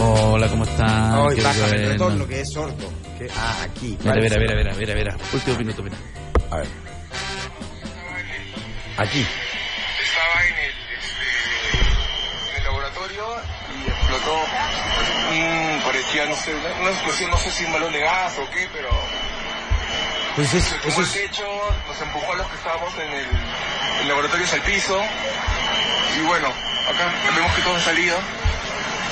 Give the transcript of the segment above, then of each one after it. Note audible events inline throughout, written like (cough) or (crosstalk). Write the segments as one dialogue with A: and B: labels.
A: Hola, ¿cómo están?
B: Ay,
A: Qué
B: Ah, baja el
A: bueno.
B: retorno, que es sordo. Que- ah, aquí.
A: Mira, mira, mira, mira, mira, mira. Último minuto, mira.
B: A ver. Aquí.
C: estaba en el, este, en el laboratorio y explotó. Mm, parecía, no sé, una- una explosión, no sé si un balón de gas o qué, pero
B: Pues es,
C: se tumbó
B: eso
C: el
B: es,
C: techo, nos empujó a los que estábamos en el, el laboratorio hacia el piso. Y bueno, acá vemos que todos han salido.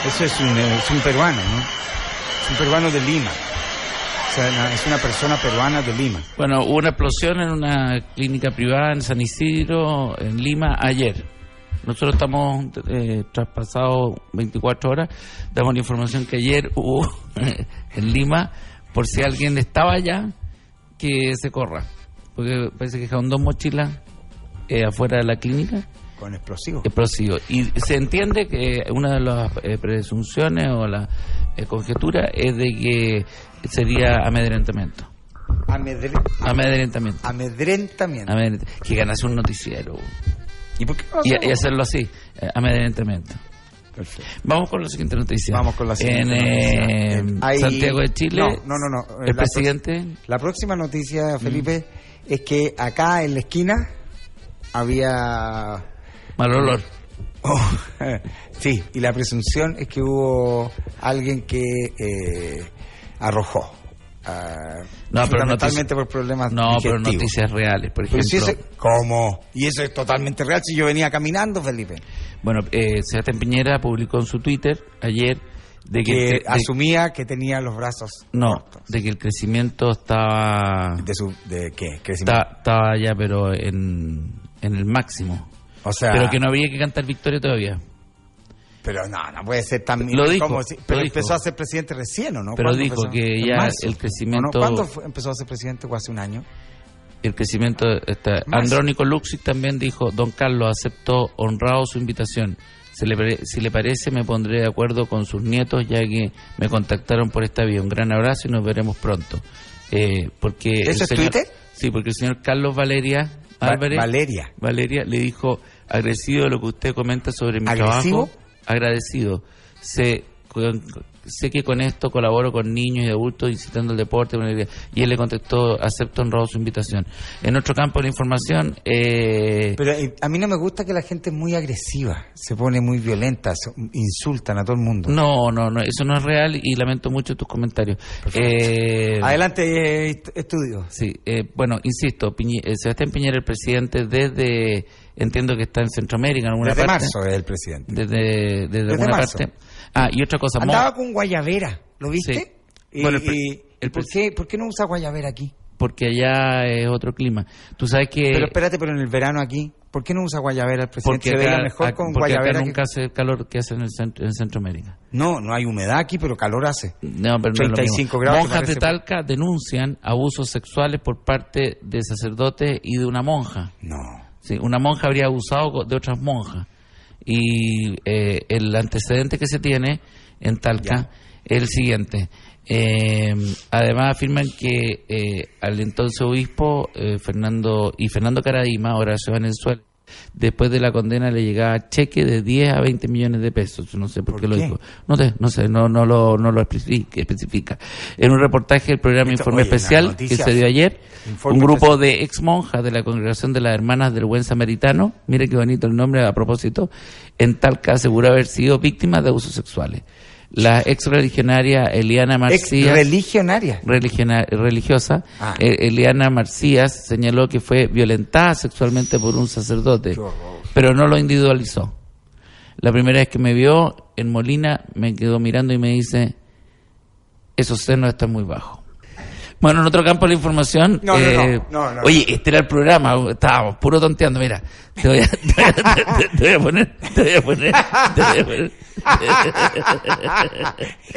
B: eso es, un, eh, es un peruano, ¿no? Es un peruano de Lima. O sea, na- es una persona peruana de Lima.
A: Bueno, hubo una explosión en una clínica privada en San Isidro, en Lima, ayer. Nosotros estamos eh, traspasados 24 horas. Damos la información que ayer hubo (laughs) en Lima, por si alguien estaba allá, que se corra. Porque parece que dejaron dos mochilas eh, afuera de la clínica.
B: Con explosivos.
A: explosivo. Y se entiende que una de las eh, presunciones o la eh, conjetura es de que sería amedrentamiento.
B: Amedre-
A: Amedrentamiento.
B: amedrentamiento.
A: Amedrent- Que ganase un noticiero
B: ¿Y por qué no
A: y, y
B: hacemos?
A: hacerlo así, eh, amedrentamiento.
B: Perfecto.
A: Vamos con la siguiente noticia.
B: Vamos con la siguiente
A: En, eh,
B: noticia. Hay-
A: Santiago de Chile.
B: No, no, eh, no, no.
A: El
B: La
A: presidente.
B: La próxima
A: Mm.
B: noticia, Felipe, es que acá en la esquina había... (laughs)
A: Mal olor.
B: Oh, sí, y la presunción es que hubo alguien que eh, arrojó. ah,
A: No, pero
B: fundamentalmente
A: noticia-
B: por problemas
A: No, pero
B: digestivos.
A: noticias reales. Por ejemplo,
B: Pero si ese- ¿Cómo? Y eso es totalmente real. Si yo venía caminando, Felipe,
A: bueno, eh, Sebastián Piñera publicó en su Twitter ayer de que,
B: que
A: de-
B: asumía que tenía los brazos
A: No,
B: cortos.
A: de que el crecimiento estaba,
B: de su de qué crecimiento.
A: está- estaba ya, pero en, en el máximo.
B: O sea,
A: Pero que no había que cantar victoria todavía.
B: pero no, no puede ser tan.
A: Lo dijo,
B: ¿cómo si-
A: lo
B: pero
A: dijo.
B: empezó a ser presidente recién, ¿o no?
A: Pero
B: ¿Cuándo
A: dijo
B: empezó?
A: que
B: ¿En
A: ya
B: marzo?
A: el
B: ¿O
A: crecimiento-
B: No? ¿Cuándo fue- empezó a ser presidente? ¿O hace un año?
A: El crecimiento está.
B: Más.
A: Andrónico Luxi también dijo: Don Carlos aceptó honrado su invitación. Se le pare- si le parece, me pondré de acuerdo con sus nietos, ya que me contactaron por esta vía. Un gran abrazo y nos veremos pronto. Eh, porque el
B: ¿Eso es
A: señor-
B: Twitter?
A: Sí, porque el señor Carlos Valeria
B: Va-
A: Álvarez.
B: Valeria.
A: Valeria le dijo agresivo de lo que usted comenta sobre mi
B: ¿Agresivo?
A: trabajo. Agradecido. Sé, con- sé que con esto colaboro con niños y adultos incitando el deporte. una idea. Y él le contestó, acepto honrado su invitación. En otro campo de la información, eh,
B: Pero eh, a mí no me gusta que la gente es muy agresiva, se pone muy violenta, so- insultan a todo el mundo.
A: no, no, no, eso no es real y lamento mucho tus comentarios. Eh,
B: Adelante, eh, est- estudio.
A: Sí, eh, bueno, insisto, Piñi- eh, Sebastián Piñera, el presidente, desde, entiendo que está en Centroamérica, en alguna
B: Desde
A: parte.
B: marzo es el presidente.
A: Desde, desde, alguna
B: marzo.
A: parte. Ah, y otra cosa, Mo-
B: Andaba con guayabera, ¿lo viste?
A: Sí.
B: Y-
A: Bueno, el pre-
B: y-
A: el
B: ¿por,
A: pres-
B: qué, ¿Por qué no usa guayabera aquí?
A: porque allá es otro clima. Tú sabes que...
B: pero espérate, pero en el verano aquí, ¿por qué no usa guayabera el presidente?
A: Eh, porque
B: se veía
A: acá-
B: mejor
A: ac-
B: con
A: porque acá
B: guayabera. que-
A: nunca hace el calor que hace en, el centro, en Centroamérica.
B: No, no hay humedad aquí, pero calor hace.
A: No, pero no es lo mismo.
B: 35 grados,
A: Monjas
B: te
A: de
B: parece-
A: Talca denuncian abusos sexuales por parte de sacerdotes y de una monja.
B: No.
A: Sí, una monja habría abusado co- de otras monjas. Y eh, el antecedente que se tiene en Talca es el siguiente. Eh, además afirman que eh, al entonces obispo eh, Fernando y Fernando Caradima, ahora se van en suelo, después de la condena le llegaba cheque de 10 a 20 millones de pesos. No sé por,
B: ¿Por
A: qué, lo
B: qué?
A: dijo. No, sé, no sé, no, no lo, no lo especifica, especifica. En un reportaje del programa
B: Esto-
A: Informe
B: oye, las
A: Especial que
B: noticias-
A: se dio ayer,
B: Informe
A: un grupo
B: Especial.
A: de ex monjas de la congregación de las hermanas del buen samaritano, mire qué bonito el nombre a propósito, en Talca aseguró haber sido víctima de abusos sexuales. La ex religionaria Eliana
B: Ex
A: Marcía
B: religionaria.
A: religiona- religiosa,
B: Ah.
A: eh, Eliana Marcías señaló que fue violentada sexualmente por un sacerdote,
B: Qué horror.
A: pero no lo individualizó. La primera vez que me vio en Molina me quedó mirando y me dice, esos senos están muy bajos. Bueno, en otro campo de la información.
B: No, no,
A: eh,
B: no, no, no,
A: oye, este era el programa, estábamos puro tonteando. Mira, te voy a, (laughs) te voy a- te- te voy a poner. Te voy a poner. Te voy a poner.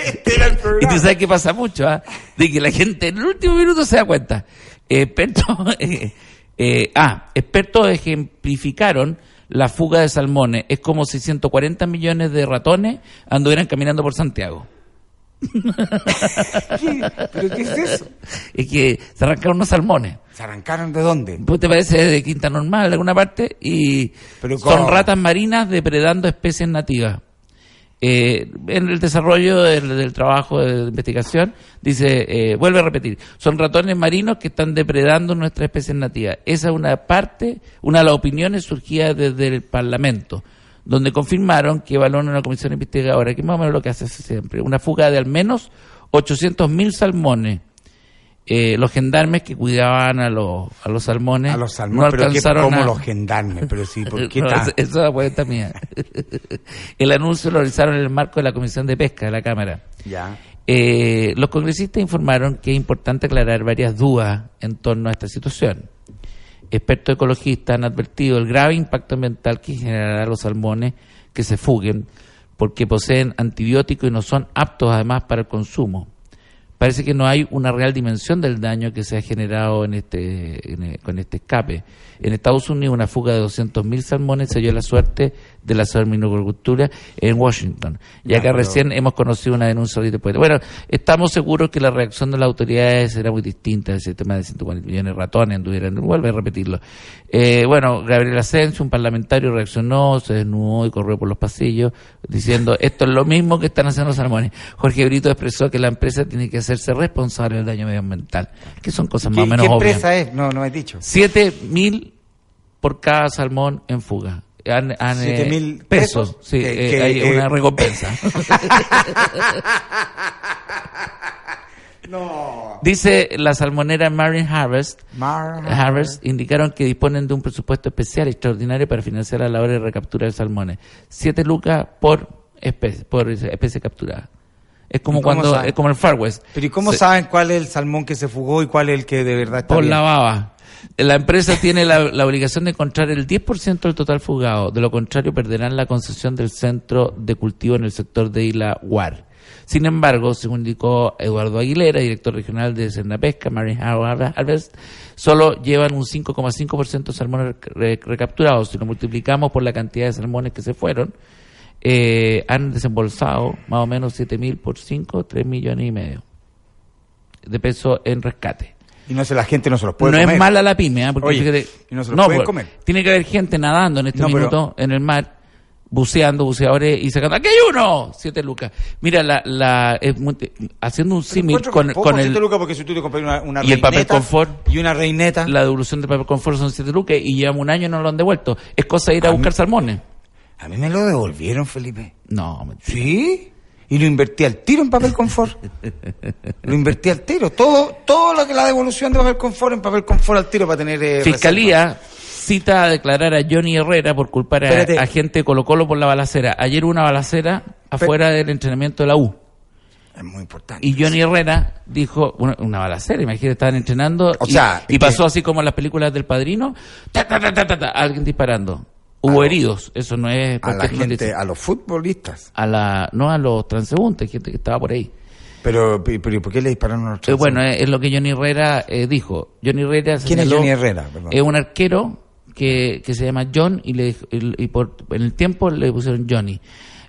B: Este era
A: (laughs)
B: el
A: Y tú
B: programa.
A: sabes que pasa mucho, ¿ah? De que la gente en el último minuto se da cuenta. Eh, Expertos. (laughs) eh, eh, ah, expertos ejemplificaron la fuga de salmones. Es como si 140 millones de ratones anduvieran caminando por Santiago.
B: ¿Pero qué es eso?
A: Es que se arrancaron unos salmones.
B: ¿Se arrancaron de dónde?
A: Pues te parece de Quinta Normal, de alguna parte, y
B: Pero
A: son
B: ¿cómo?
A: ratas marinas depredando especies nativas. Eh, en el desarrollo del, del trabajo de investigación, dice, eh, vuelve a repetir, son ratones marinos que están depredando nuestras especies nativas. Esa es una parte, una de las opiniones surgidas desde el Parlamento, donde confirmaron que evaluaron una comisión investigadora, que es más o menos lo que hace siempre, una fuga de al menos 800.000 salmones eh, los gendarmes que cuidaban a los, a los salmones
B: A los
A: Eh, no
B: salmones, pero que
A: alcanzaron
B: como
A: a...
B: los gendarmes, pero sí, ¿por
A: (laughs)
B: qué
A: No,
B: tan-
A: es- Esa es la cuenta
B: (laughs)
A: mía. el anuncio lo realizaron en el marco de la Comisión de Pesca de la Cámara.
B: Ya.
A: Eh, los congresistas informaron que es importante aclarar varias dudas en torno a esta situación. Expertos ecologistas han advertido el grave impacto ambiental que generará los salmones que se fuguen porque poseen antibióticos y no son aptos además para el consumo. Parece que no hay una real dimensión del daño que se ha generado en este, en, eh, con este escape. En Estados Unidos una fuga de 200.000 salmones selló la suerte de la salmonicultura en Washington. Y
B: Ya,
A: acá
B: pero-
A: recién hemos conocido una denuncia ahorita después. Bueno, estamos seguros que la reacción de las autoridades será muy distinta. Ese tema de 140 millones de ratones anduvieran, vuelve a repetirlo. Eh, bueno, Gabriel Asensio, un parlamentario, reaccionó, se desnudó y corrió por los pasillos diciendo esto es lo mismo que están haciendo los salmones. Jorge Brito expresó que la empresa tiene que hacerse responsable del daño medioambiental, que son cosas más o
B: ¿Qué,
A: menos
B: qué
A: obvias.
B: empresa es? No, no me has dicho.
A: Siete mil por cada salmón en fuga. Han, han, eh,
B: Siete mil
A: pesos.
B: pesos.
A: Sí,
B: Que-
A: eh,
B: que-
A: hay
B: que-
A: una
B: (laughs)
A: recompensa.
B: No.
A: Dice la salmonera Marine Harvest.
B: Mar-
A: Harvest indicaron que disponen de un presupuesto especial extraordinario para financiar la labor de recaptura de salmones. Siete lucas por especie, por especie capturada. Es como
B: ¿Y cómo
A: cuando,
B: saben?
A: es como el Far West.
B: Pero ¿y cómo
A: Se-
B: saben cuál es el salmón que se fugó y cuál es el que de verdad está
A: Por
B: bien?
A: la baba. La empresa tiene la, la obligación de encontrar el 10% del total fugado. De lo contrario, perderán la concesión del centro de cultivo en el sector de Isla Huar. Sin embargo, según indicó Eduardo Aguilera, director regional de Cernapesca, Marine Har- Harvest, solo llevan un 5,5% de salmones re- recapturados. Si lo multiplicamos por la cantidad de salmones que se fueron, eh, han desembolsado más o menos 7.000 por 5, 3 millones y medio de pesos en rescate
B: Y no sé, la gente no se los puede
A: no
B: comer.
A: es mala la pyme, ¿ah? porque
B: Oye,
A: fíjate-
B: y no se los pueden
A: pues,
B: comer.
A: tiene que haber gente nadando en este
B: No, pero-
A: minuto en el mar, buceando, buceadores y sacando. ¡Aquí hay uno! Siete lucas. Mira, la, la es muy- haciendo un
B: Pero
A: símil
B: encuentro
A: con,
B: que poco,
A: con
B: siete
A: el,
B: lucas, ¿ah? porque si tú te compras una, una
A: Y el papel
B: reineta
A: confort.
B: Y una reineta.
A: la devolución de papel confort son siete lucas y llevamos un año y no lo han devuelto. Es cosa de ir a,
B: A mí-
A: buscar salmones.
B: A mí me lo devolvieron, Felipe.
A: No, mentira.
B: ¿Sí? Y lo invertí al tiro en papel confort. lo invertí al tiro. Todo, todo lo que la devolución de papel confort en papel confort al tiro para tener. eh,
A: Fiscalía cita a declarar a Johnny Herrera por culpar a,
B: Espérate.
A: a gente de Colo Colo por la balacera. Ayer hubo una balacera afuera del entrenamiento de la U.
B: reserva. Es muy importante.
A: Y Johnny Herrera dijo, bueno, una balacera, imagínate, estaban entrenando
B: O
A: y,
B: sea,
A: y
B: que-
A: pasó así como en las películas del padrino, ta, ta, ta, ta, ta, ta, alguien disparando. Hubo heridos, eso no es
B: a la
A: cualquier
B: gente,
A: noticia.
B: a los futbolistas.
A: a la no a los transeúntes, gente que estaba por ahí.
B: Pero, pe- pero ¿por qué le dispararon a los
A: Eh, bueno,
B: transeúntes?
A: es, es lo que Johnny Herrera eh, dijo. Johnny Herrera
B: ¿Quién es
A: señaló-
B: Johnny Herrera? Perdón.
A: Es un arquero que, que se llama John y, le, dijo- y, y por, en el tiempo le pusieron Johnny.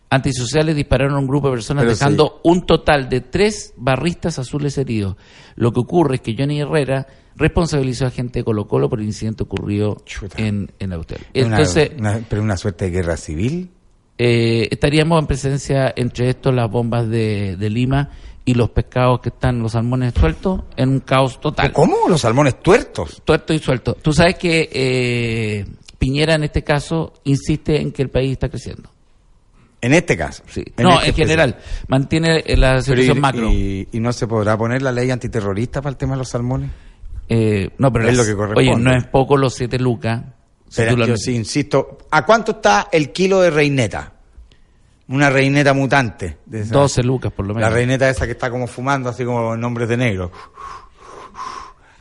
A: Antisociales dispararon a un grupo de personas
B: Pero
A: dejando un total de tres barristas azules heridos. Lo que ocurre es que Johnny Herrera responsabilizó a gente de Colo Colo por el incidente ocurrido
B: Chuta.
A: en, en el hotel.
B: Una-
A: eh, Entonces,
B: una- pero una suerte de guerra civil.
A: eh, estaríamos en presencia entre estos las bombas de, de Lima y los pescados que están, los salmones sueltos, en un caos total
B: ¿Cómo? Los salmones tuertos.
A: tuerto y suelto. Tú sabes que eh, Piñera en este caso insiste en que el país está creciendo.
B: En este caso.
A: Sí.
B: En
A: no,
B: este
A: en general. Mantiene eh, la
B: Pero
A: situación
B: y-
A: macro.
B: Y, y no se podrá poner la ley antiterrorista para el tema de los salmones?
A: Eh, no, pero
B: Es
A: las-
B: lo que corresponde.
A: Oye, no es poco los siete lucas. Si
B: Pero
A: tú lo-
B: yo sí insisto, ¿a cuánto está el kilo de reineta? Una reineta mutante. de esa-
A: 12 lucas por lo
B: La
A: menos.
B: reineta esa que está como fumando, así como nombres de negro.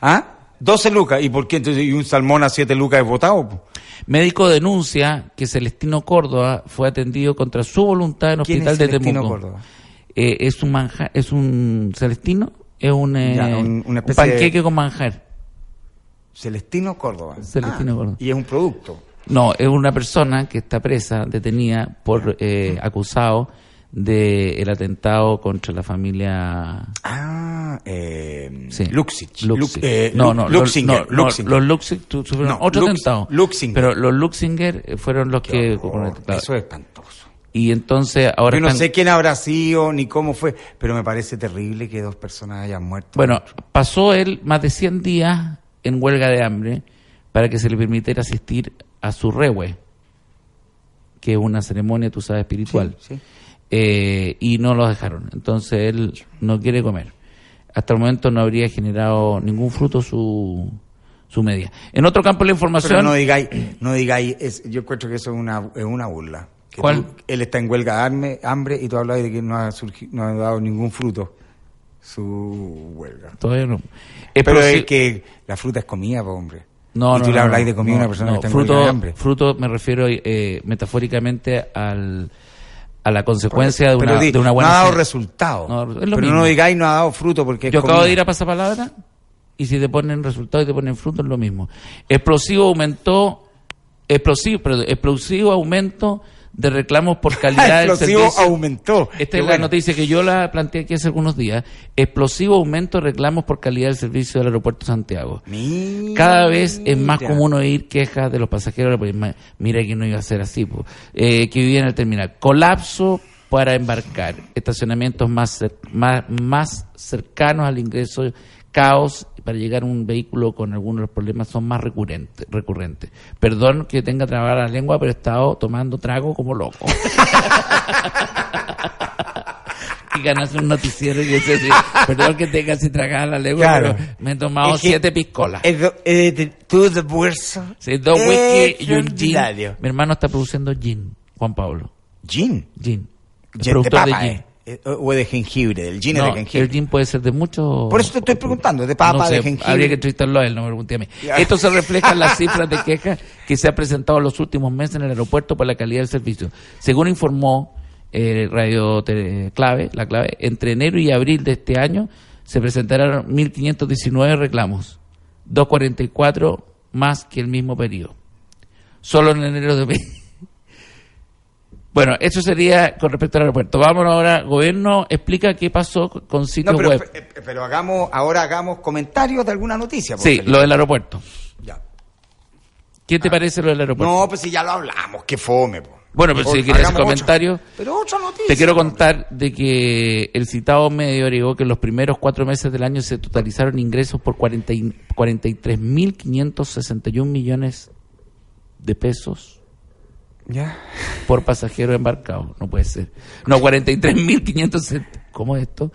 D: ¿Ah? 12 lucas. ¿Y por qué entonces y un salmón a 7 lucas es votado? po?
A: Médico denuncia que Celestino Córdoba fue atendido contra su voluntad en
D: ¿Quién
A: hospital
D: es
A: de
D: Celestino
A: Temuco.
D: Córdoba?
A: Eh, es un manjar, es un Celestino, es un, eh,
D: Ya, un- una
A: un
D: especie
A: panqueque
D: de-
A: con manjar.
D: Celestino Córdoba.
A: Celestino
D: Ah,
A: Córdoba.
D: Y es un producto.
A: No, es una persona que está presa, detenida por eh, acusado de el atentado contra la familia
D: Ah, eh,
A: Sí.
D: Luxich.
A: Luxi-
D: Lu- eh,
A: no,
D: Lu-
A: no,
D: Luxinger.
A: los- no,
D: Luxinger.
A: los Luxi tu- sufrieron
D: No,
A: otro
D: Lux-
A: atentado.
D: Luxinger.
A: Pero los Luxinger eh, fueron los que
D: Por
A: fueron
D: favor,
A: atentados.
D: Eso es espantoso.
A: Y entonces ahora
D: Yo no
A: están-
D: sé quién habrá sido ni cómo fue, pero me parece terrible que dos personas hayan muerto.
A: Bueno, pasó él más de 100 días en huelga de hambre para que se le permitiera asistir a su rehue, que es una ceremonia, tú sabes, espiritual.
D: sí.
A: Eh, y no lo dejaron. Entonces él no quiere comer. Hasta el momento no habría generado ningún fruto su, su media. En otro campo de la
D: Pero
A: información,
D: no digáis, no digáis, es- yo encuentro que eso es una, es una burla. Que
A: ¿Cuál?
D: tú- él está en huelga de hambre, hambre y tú hablas de que no ha, surgi- no ha dado ningún fruto su huelga.
A: todavía no. Es
D: Pero
A: prosi-
D: es que la fruta es comida, po, hombre.
A: No,
D: y
A: no,
D: tú le
A: no,
D: habláis
A: no,
D: de comida a
A: no,
D: una persona
A: no,
D: que está en
A: fruto,
D: huelga de hambre.
A: Fruto me refiero eh, metafóricamente al, a la consecuencia de una,
D: pero di,
A: de una buena
D: no ha dado
A: acción.
D: resultado.
A: No, es lo
D: pero
A: mismo.
D: no digáis no ha dado fruto porque es
A: Yo acabo
D: comida. (laughs)
A: de ir a pasapalabra y si te ponen resultados y te ponen fruto es lo mismo. Explosivo aumentó, explosivo, perdón, explosivo aumento de reclamos
D: (laughs)
A: por calidad del
D: explosivo
A: servicio.
D: aumentó.
A: Esta
D: Qué
A: es la
D: bueno.
A: noticia que yo la planteé aquí hace algunos días. Explosivo aumento de reclamos por calidad del servicio del aeropuerto Santiago.
D: Mira.
A: Cada vez es más común oír quejas de los pasajeros. pues, ma- Mira que no iba a ser así, po. Eh, que vivían en el terminal. Colapso para embarcar. Estacionamientos más, cer- más, más cercanos al ingreso. Caos para llegar a un vehículo con algunos de los problemas son más recurrentes. recurrentes. Perdón que tenga trabada la lengua, pero he estado tomando trago como loco. (laughs) Y ganas un noticiero y dices, sí, perdón que tenga así tragada la lengua,
D: Claro.
A: pero me he tomado
D: Es que-
A: siete piscolas.
D: Es do-
B: Eh,
D: es de- tú de bolso.
A: Sí, dos whisky y un gin.
D: Extraordinario.
A: Mi hermano está produciendo gin, Juan Pablo.
D: Gin.
A: Gin. El
D: Gin de
A: productor
D: papa,
A: de
D: eh. Eh, O de jengibre, del gin es
A: No,
D: de jengibre.
A: el gin puede ser de muchos.
D: Por eso te estoy preguntando, de papa,
A: No sé,
D: de jengibre.
A: Habría que entrevistarlo a él, no me pregunté a mí.
D: Ya.
A: Esto se refleja en
D: (laughs)
A: las cifras de quejas que se han presentado en los últimos meses en el aeropuerto por la calidad del servicio. Según informó eh, Radio Tele- Clave, la clave, entre enero y abril de este año se presentaron 1.519 reclamos, 244 más que el mismo periodo. Solo en enero de (laughs) Bueno, eso sería con respecto al aeropuerto. Vámonos ahora, gobierno, explica qué pasó con sitio
D: No, pero,
A: web.
D: eh, pero hagamos, ahora hagamos comentarios de alguna noticia. por
A: Sí,
D: Felipe.
A: lo del aeropuerto.
D: Ya.
A: ¿Qué te parece lo del aeropuerto?
D: Ah. No, pues si ya lo pues hablamos, qué fome. po.
A: Bueno, pero
D: O-
A: si querías
D: hagamos otra.
A: comentario,
D: Pero otra noticia.
A: Te quiero
D: po.
A: contar de que el citado medio agregó que en los primeros cuatro meses del año se totalizaron ingresos por 40 y- 43.561 millones de pesos
D: Ya.
A: por pasajero embarcado. No puede ser. No, 43.560. ¿Cómo es esto?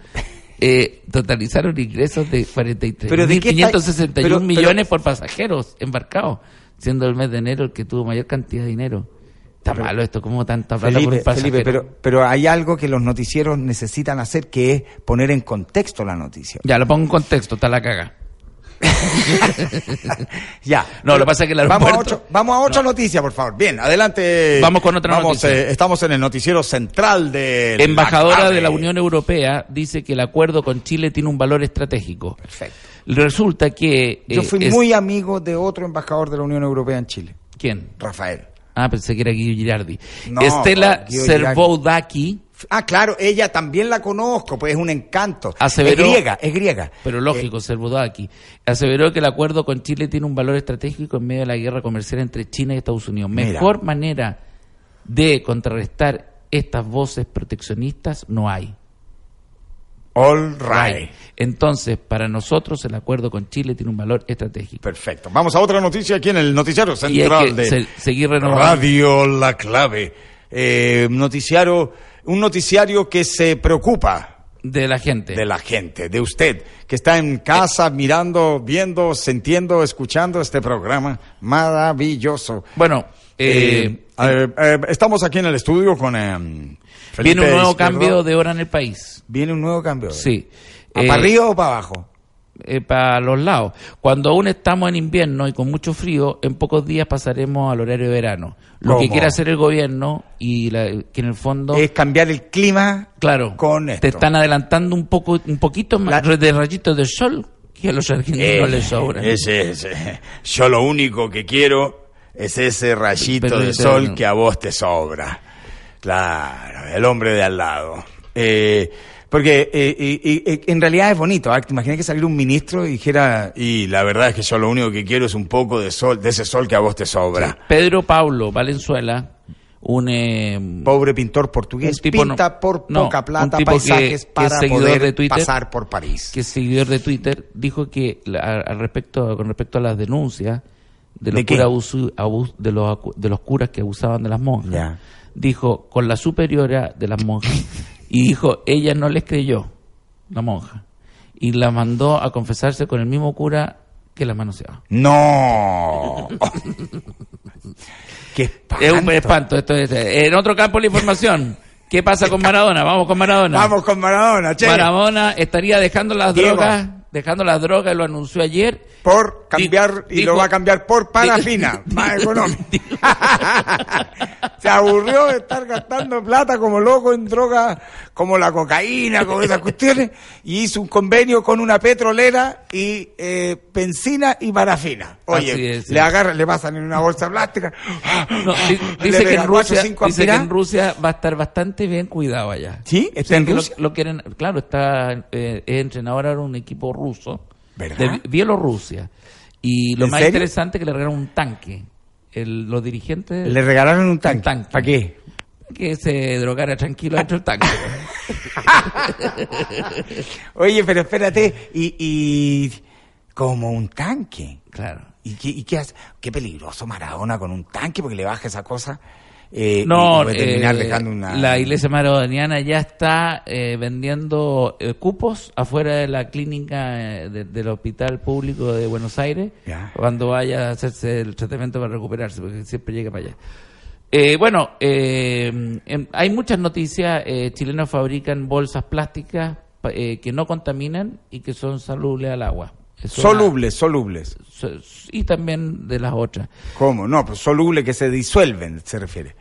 A: Eh, totalizaron ingresos de
D: Pero ¿de qué está-
A: 43.561
D: pero- pero-
A: millones por pasajeros embarcados, siendo el mes de enero el que tuvo mayor cantidad de dinero. Está malo esto, como tanta plata por
D: Felipe,
A: un pasajero.
D: Felipe, pero, pero hay algo que los noticieros necesitan hacer que es poner en contexto la noticia.
A: Ya, lo pongo en contexto, está la caga.
D: Ya.
A: No, lo que pasa es que el
D: Vamos a,
A: aeropuerto-
D: otro- vamos a otra noticia, por favor. Bien, adelante.
A: Vamos con otra noticia.
D: eh, estamos en el noticiero central de...
A: Embajadora de la Unión Europea dice que el acuerdo con Chile tiene un valor estratégico.
D: Perfecto.
A: Resulta que... eh,
D: Yo fui
A: es-
D: muy amigo de otro embajador de la Unión Europea en Chile,
A: ¿Quién?
D: Rafael.
A: Ah, pensé que era Guido Girardi.
D: No,
A: Estela
D: Guido Girardi.
A: Servodaki,
D: Ah, claro, ella también la conozco, pues es un encanto.
A: Aseveró-
D: es griega, es griega.
A: pero
D: Eh,
A: lógico, Servodaki, aseveró que el acuerdo con Chile tiene un valor estratégico en medio de la guerra comercial entre China y Estados Unidos.
D: Mira.
A: Mejor manera de contrarrestar estas voces proteccionistas no hay.
D: All
A: Right.
D: right.
A: Entonces, para nosotros el acuerdo con Chile tiene un valor estratégico.
D: Perfecto. Vamos a otra noticia aquí en el noticiero
A: Y hay
D: central
A: que
D: de...
A: se- seguir renovando.
D: Radio La Clave. Eh, noticiario, un noticiario que se preocupa
A: de la gente.
D: de la gente, de usted, que está en casa mirando, viendo, sintiendo, escuchando este programa maravilloso.
A: Bueno, eh,
D: Eh, eh, eh, estamos aquí en el estudio con em, Felipe
A: viene un nuevo
D: Izquierdo.
A: cambio de hora en el país.
D: Viene un nuevo cambio.
A: Sí.
D: ¿A
A: Eh,
D: ¿Para arriba o para abajo?
A: eh, para los lados. Cuando aún estamos en invierno y con mucho frío, en pocos días pasaremos al horario de verano. Lo que
B: ¿Cómo?
A: quiere hacer el gobierno y la- que en el fondo,
B: Es cambiar el clima
A: claro,
B: con esto.
A: te están adelantando un poco, un poquito más de rayitos de sol que a los
B: Eh,
A: argentinos les sobra.
D: Eh, Ese, ese. Yo lo único que quiero es ese rayito
A: Pero
D: de
A: ese
D: sol
A: no.
D: que a vos te sobra. Claro, el hombre de al lado. Eh,
B: Porque eh, y- y- y- en realidad es bonito. ¿ah? Te imaginas que saliera un ministro y dijera.
D: y la verdad es que yo lo único que quiero es un poco de sol, de ese sol que a vos te sobra.
A: Pedro Pablo Valenzuela, un eh,
B: Pobre pintor portugués,
A: Un tipo
B: pinta
A: no-
B: por
A: no,
B: poca
A: un
B: plata
A: tipo que-
B: paisajes
A: que es
B: para
A: seguidor
B: poder
A: de Twitter.
B: pasar por París.
A: que es seguidor de Twitter, dijo que la- a- al respecto, con respecto a las denuncias de los,
B: ¿De qué?
A: curas abusu- abus- de los acu- de los curas que abusaban de las monjas,
B: Ya.
A: dijo con la superiora de las
B: (laughs)
A: monjas y dijo ella no les creyó la monja y la mandó a confesarse con el mismo cura que la manoseaba. (laughs)
B: No. Qué
A: Es
B: espanto.
A: un espanto esto es- eh, En otro campo la información. ¿Qué pasa con Maradona? Vamos con Maradona.
B: Vamos con Maradona, che.
A: Maradona estaría dejando las
B: Diego.
A: drogas, dejando las drogas, lo anunció ayer.
B: Por cambiar, y
A: Dijo-
B: lo va a cambiar por
A: (laughs)
B: parafina, más económico. (laughs) Se aburrió de estar gastando plata como loco en drogas como la cocaína, como esas cuestiones, y hizo un convenio con una petrolera y eh, benzina y parafina.
A: Así
B: Oye,
A: es, sí.
B: le agarran, le pasan en una bolsa plástica.
A: No,
B: (gasps)
A: di-
B: le
A: dice, que
B: pega
A: en
B: cuatro,
A: Rusia,
B: cinco
A: dice que
B: aspiradas.
A: en Rusia va a estar bastante bien cuidado allá.
B: ¿Sí? ¿Está en
A: que lo-
B: Rusia?
A: Lo, quieren, claro, está eh, es entrenador ahora un equipo ruso
B: ¿Verdad?
A: de Bi- Bielorrusia. Y lo
B: ¿En
A: más
B: serio?
A: interesante es que le regalaron un tanque. El- los dirigentes
B: Le regalaron un tanque.
A: tanque.
B: ¿Para qué?
A: que se drogara tranquilo dentro del
B: (laughs)
A: tanque.
B: Oye, pero espérate, y, y como un tanque.
A: claro.
B: ¿Y qué, y qué hace? Qué peligroso Maradona con un tanque porque le baja esa cosa. eh, y
A: No,
B: puede terminar
A: eh,
B: dejando una.
A: la iglesia maradoniana ya está eh, vendiendo eh, cupos afuera de la clínica eh, de- del hospital público de Buenos Aires
B: Ya.
A: cuando vaya a hacerse el tratamiento para recuperarse, porque siempre llega para allá. Eh, bueno, eh, em, hay muchas noticias. eh, chilenos fabrican bolsas plásticas pa- eh, que no contaminan y que son salubles al agua. Eso es una-
B: Solubles, solubles.
A: so- y también de las otras.
B: ¿Cómo? No, pues soluble que se disuelven, se refiere.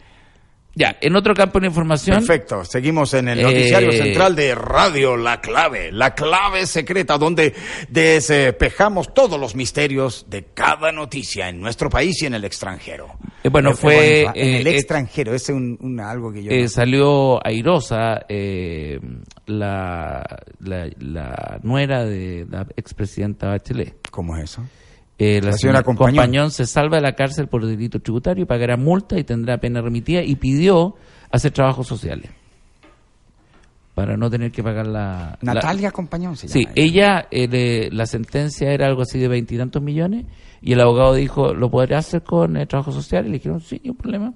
A: Ya, en otro campo de información.
D: Perfecto, seguimos en el
A: Eh,
D: noticiario central de Radio La Clave, la clave secreta donde despejamos todos los misterios de cada noticia en nuestro país y en el extranjero.
A: eh, bueno,
B: Qué
A: fue.
B: bonito, ¿eh? En
A: eh,
B: el
A: eh,
B: extranjero, ese es un, un algo que yo.
A: Eh, salió airosa eh, la, la, la nuera de la expresidenta Bachelet.
B: ¿Cómo es eso?
A: Eh,
B: La señora Compañón.
A: se salva de la cárcel por delito tributario, pagará multa y tendrá pena remitida y pidió hacer trabajos sociales para no tener que pagar la... la-
B: Natalia Compañón se llama.
A: Sí, ella, eh, le- la sentencia era algo así de veintitantos millones y el abogado dijo, ¿lo podrá hacer con eh, trabajo social? Y le dijeron, sí, no hay problema.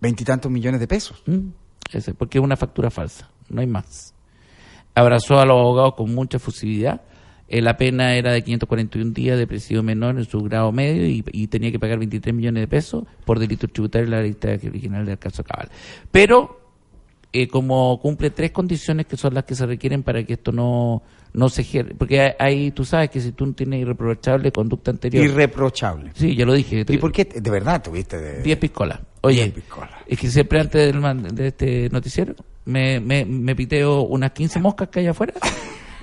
B: Veintitantos millones de pesos.
A: Mm, ese, porque es una factura falsa, no hay más. Abrazó a los abogados con mucha fusividad. Eh, la pena era de 541 días de presidio menor en su grado medio y, y tenía que pagar 23 millones de pesos por delitos tributarios de la lista original del caso Cabal. Pero, eh, como cumple tres condiciones que son las que se requieren para que esto no, no se ejer- Porque hay, hay- tú sabes que si tú tienes irreprochable conducta anterior.
B: Irreprochable.
A: sí, ya lo dije.
B: ¿Y por qué? te- De verdad tuviste. De...
A: 10 piscolas. Oye,
B: Diez piscolas.
A: es que siempre antes del man- de este noticiero me, me, me piteo unas 15 moscas que hay
B: (laughs)
A: afuera,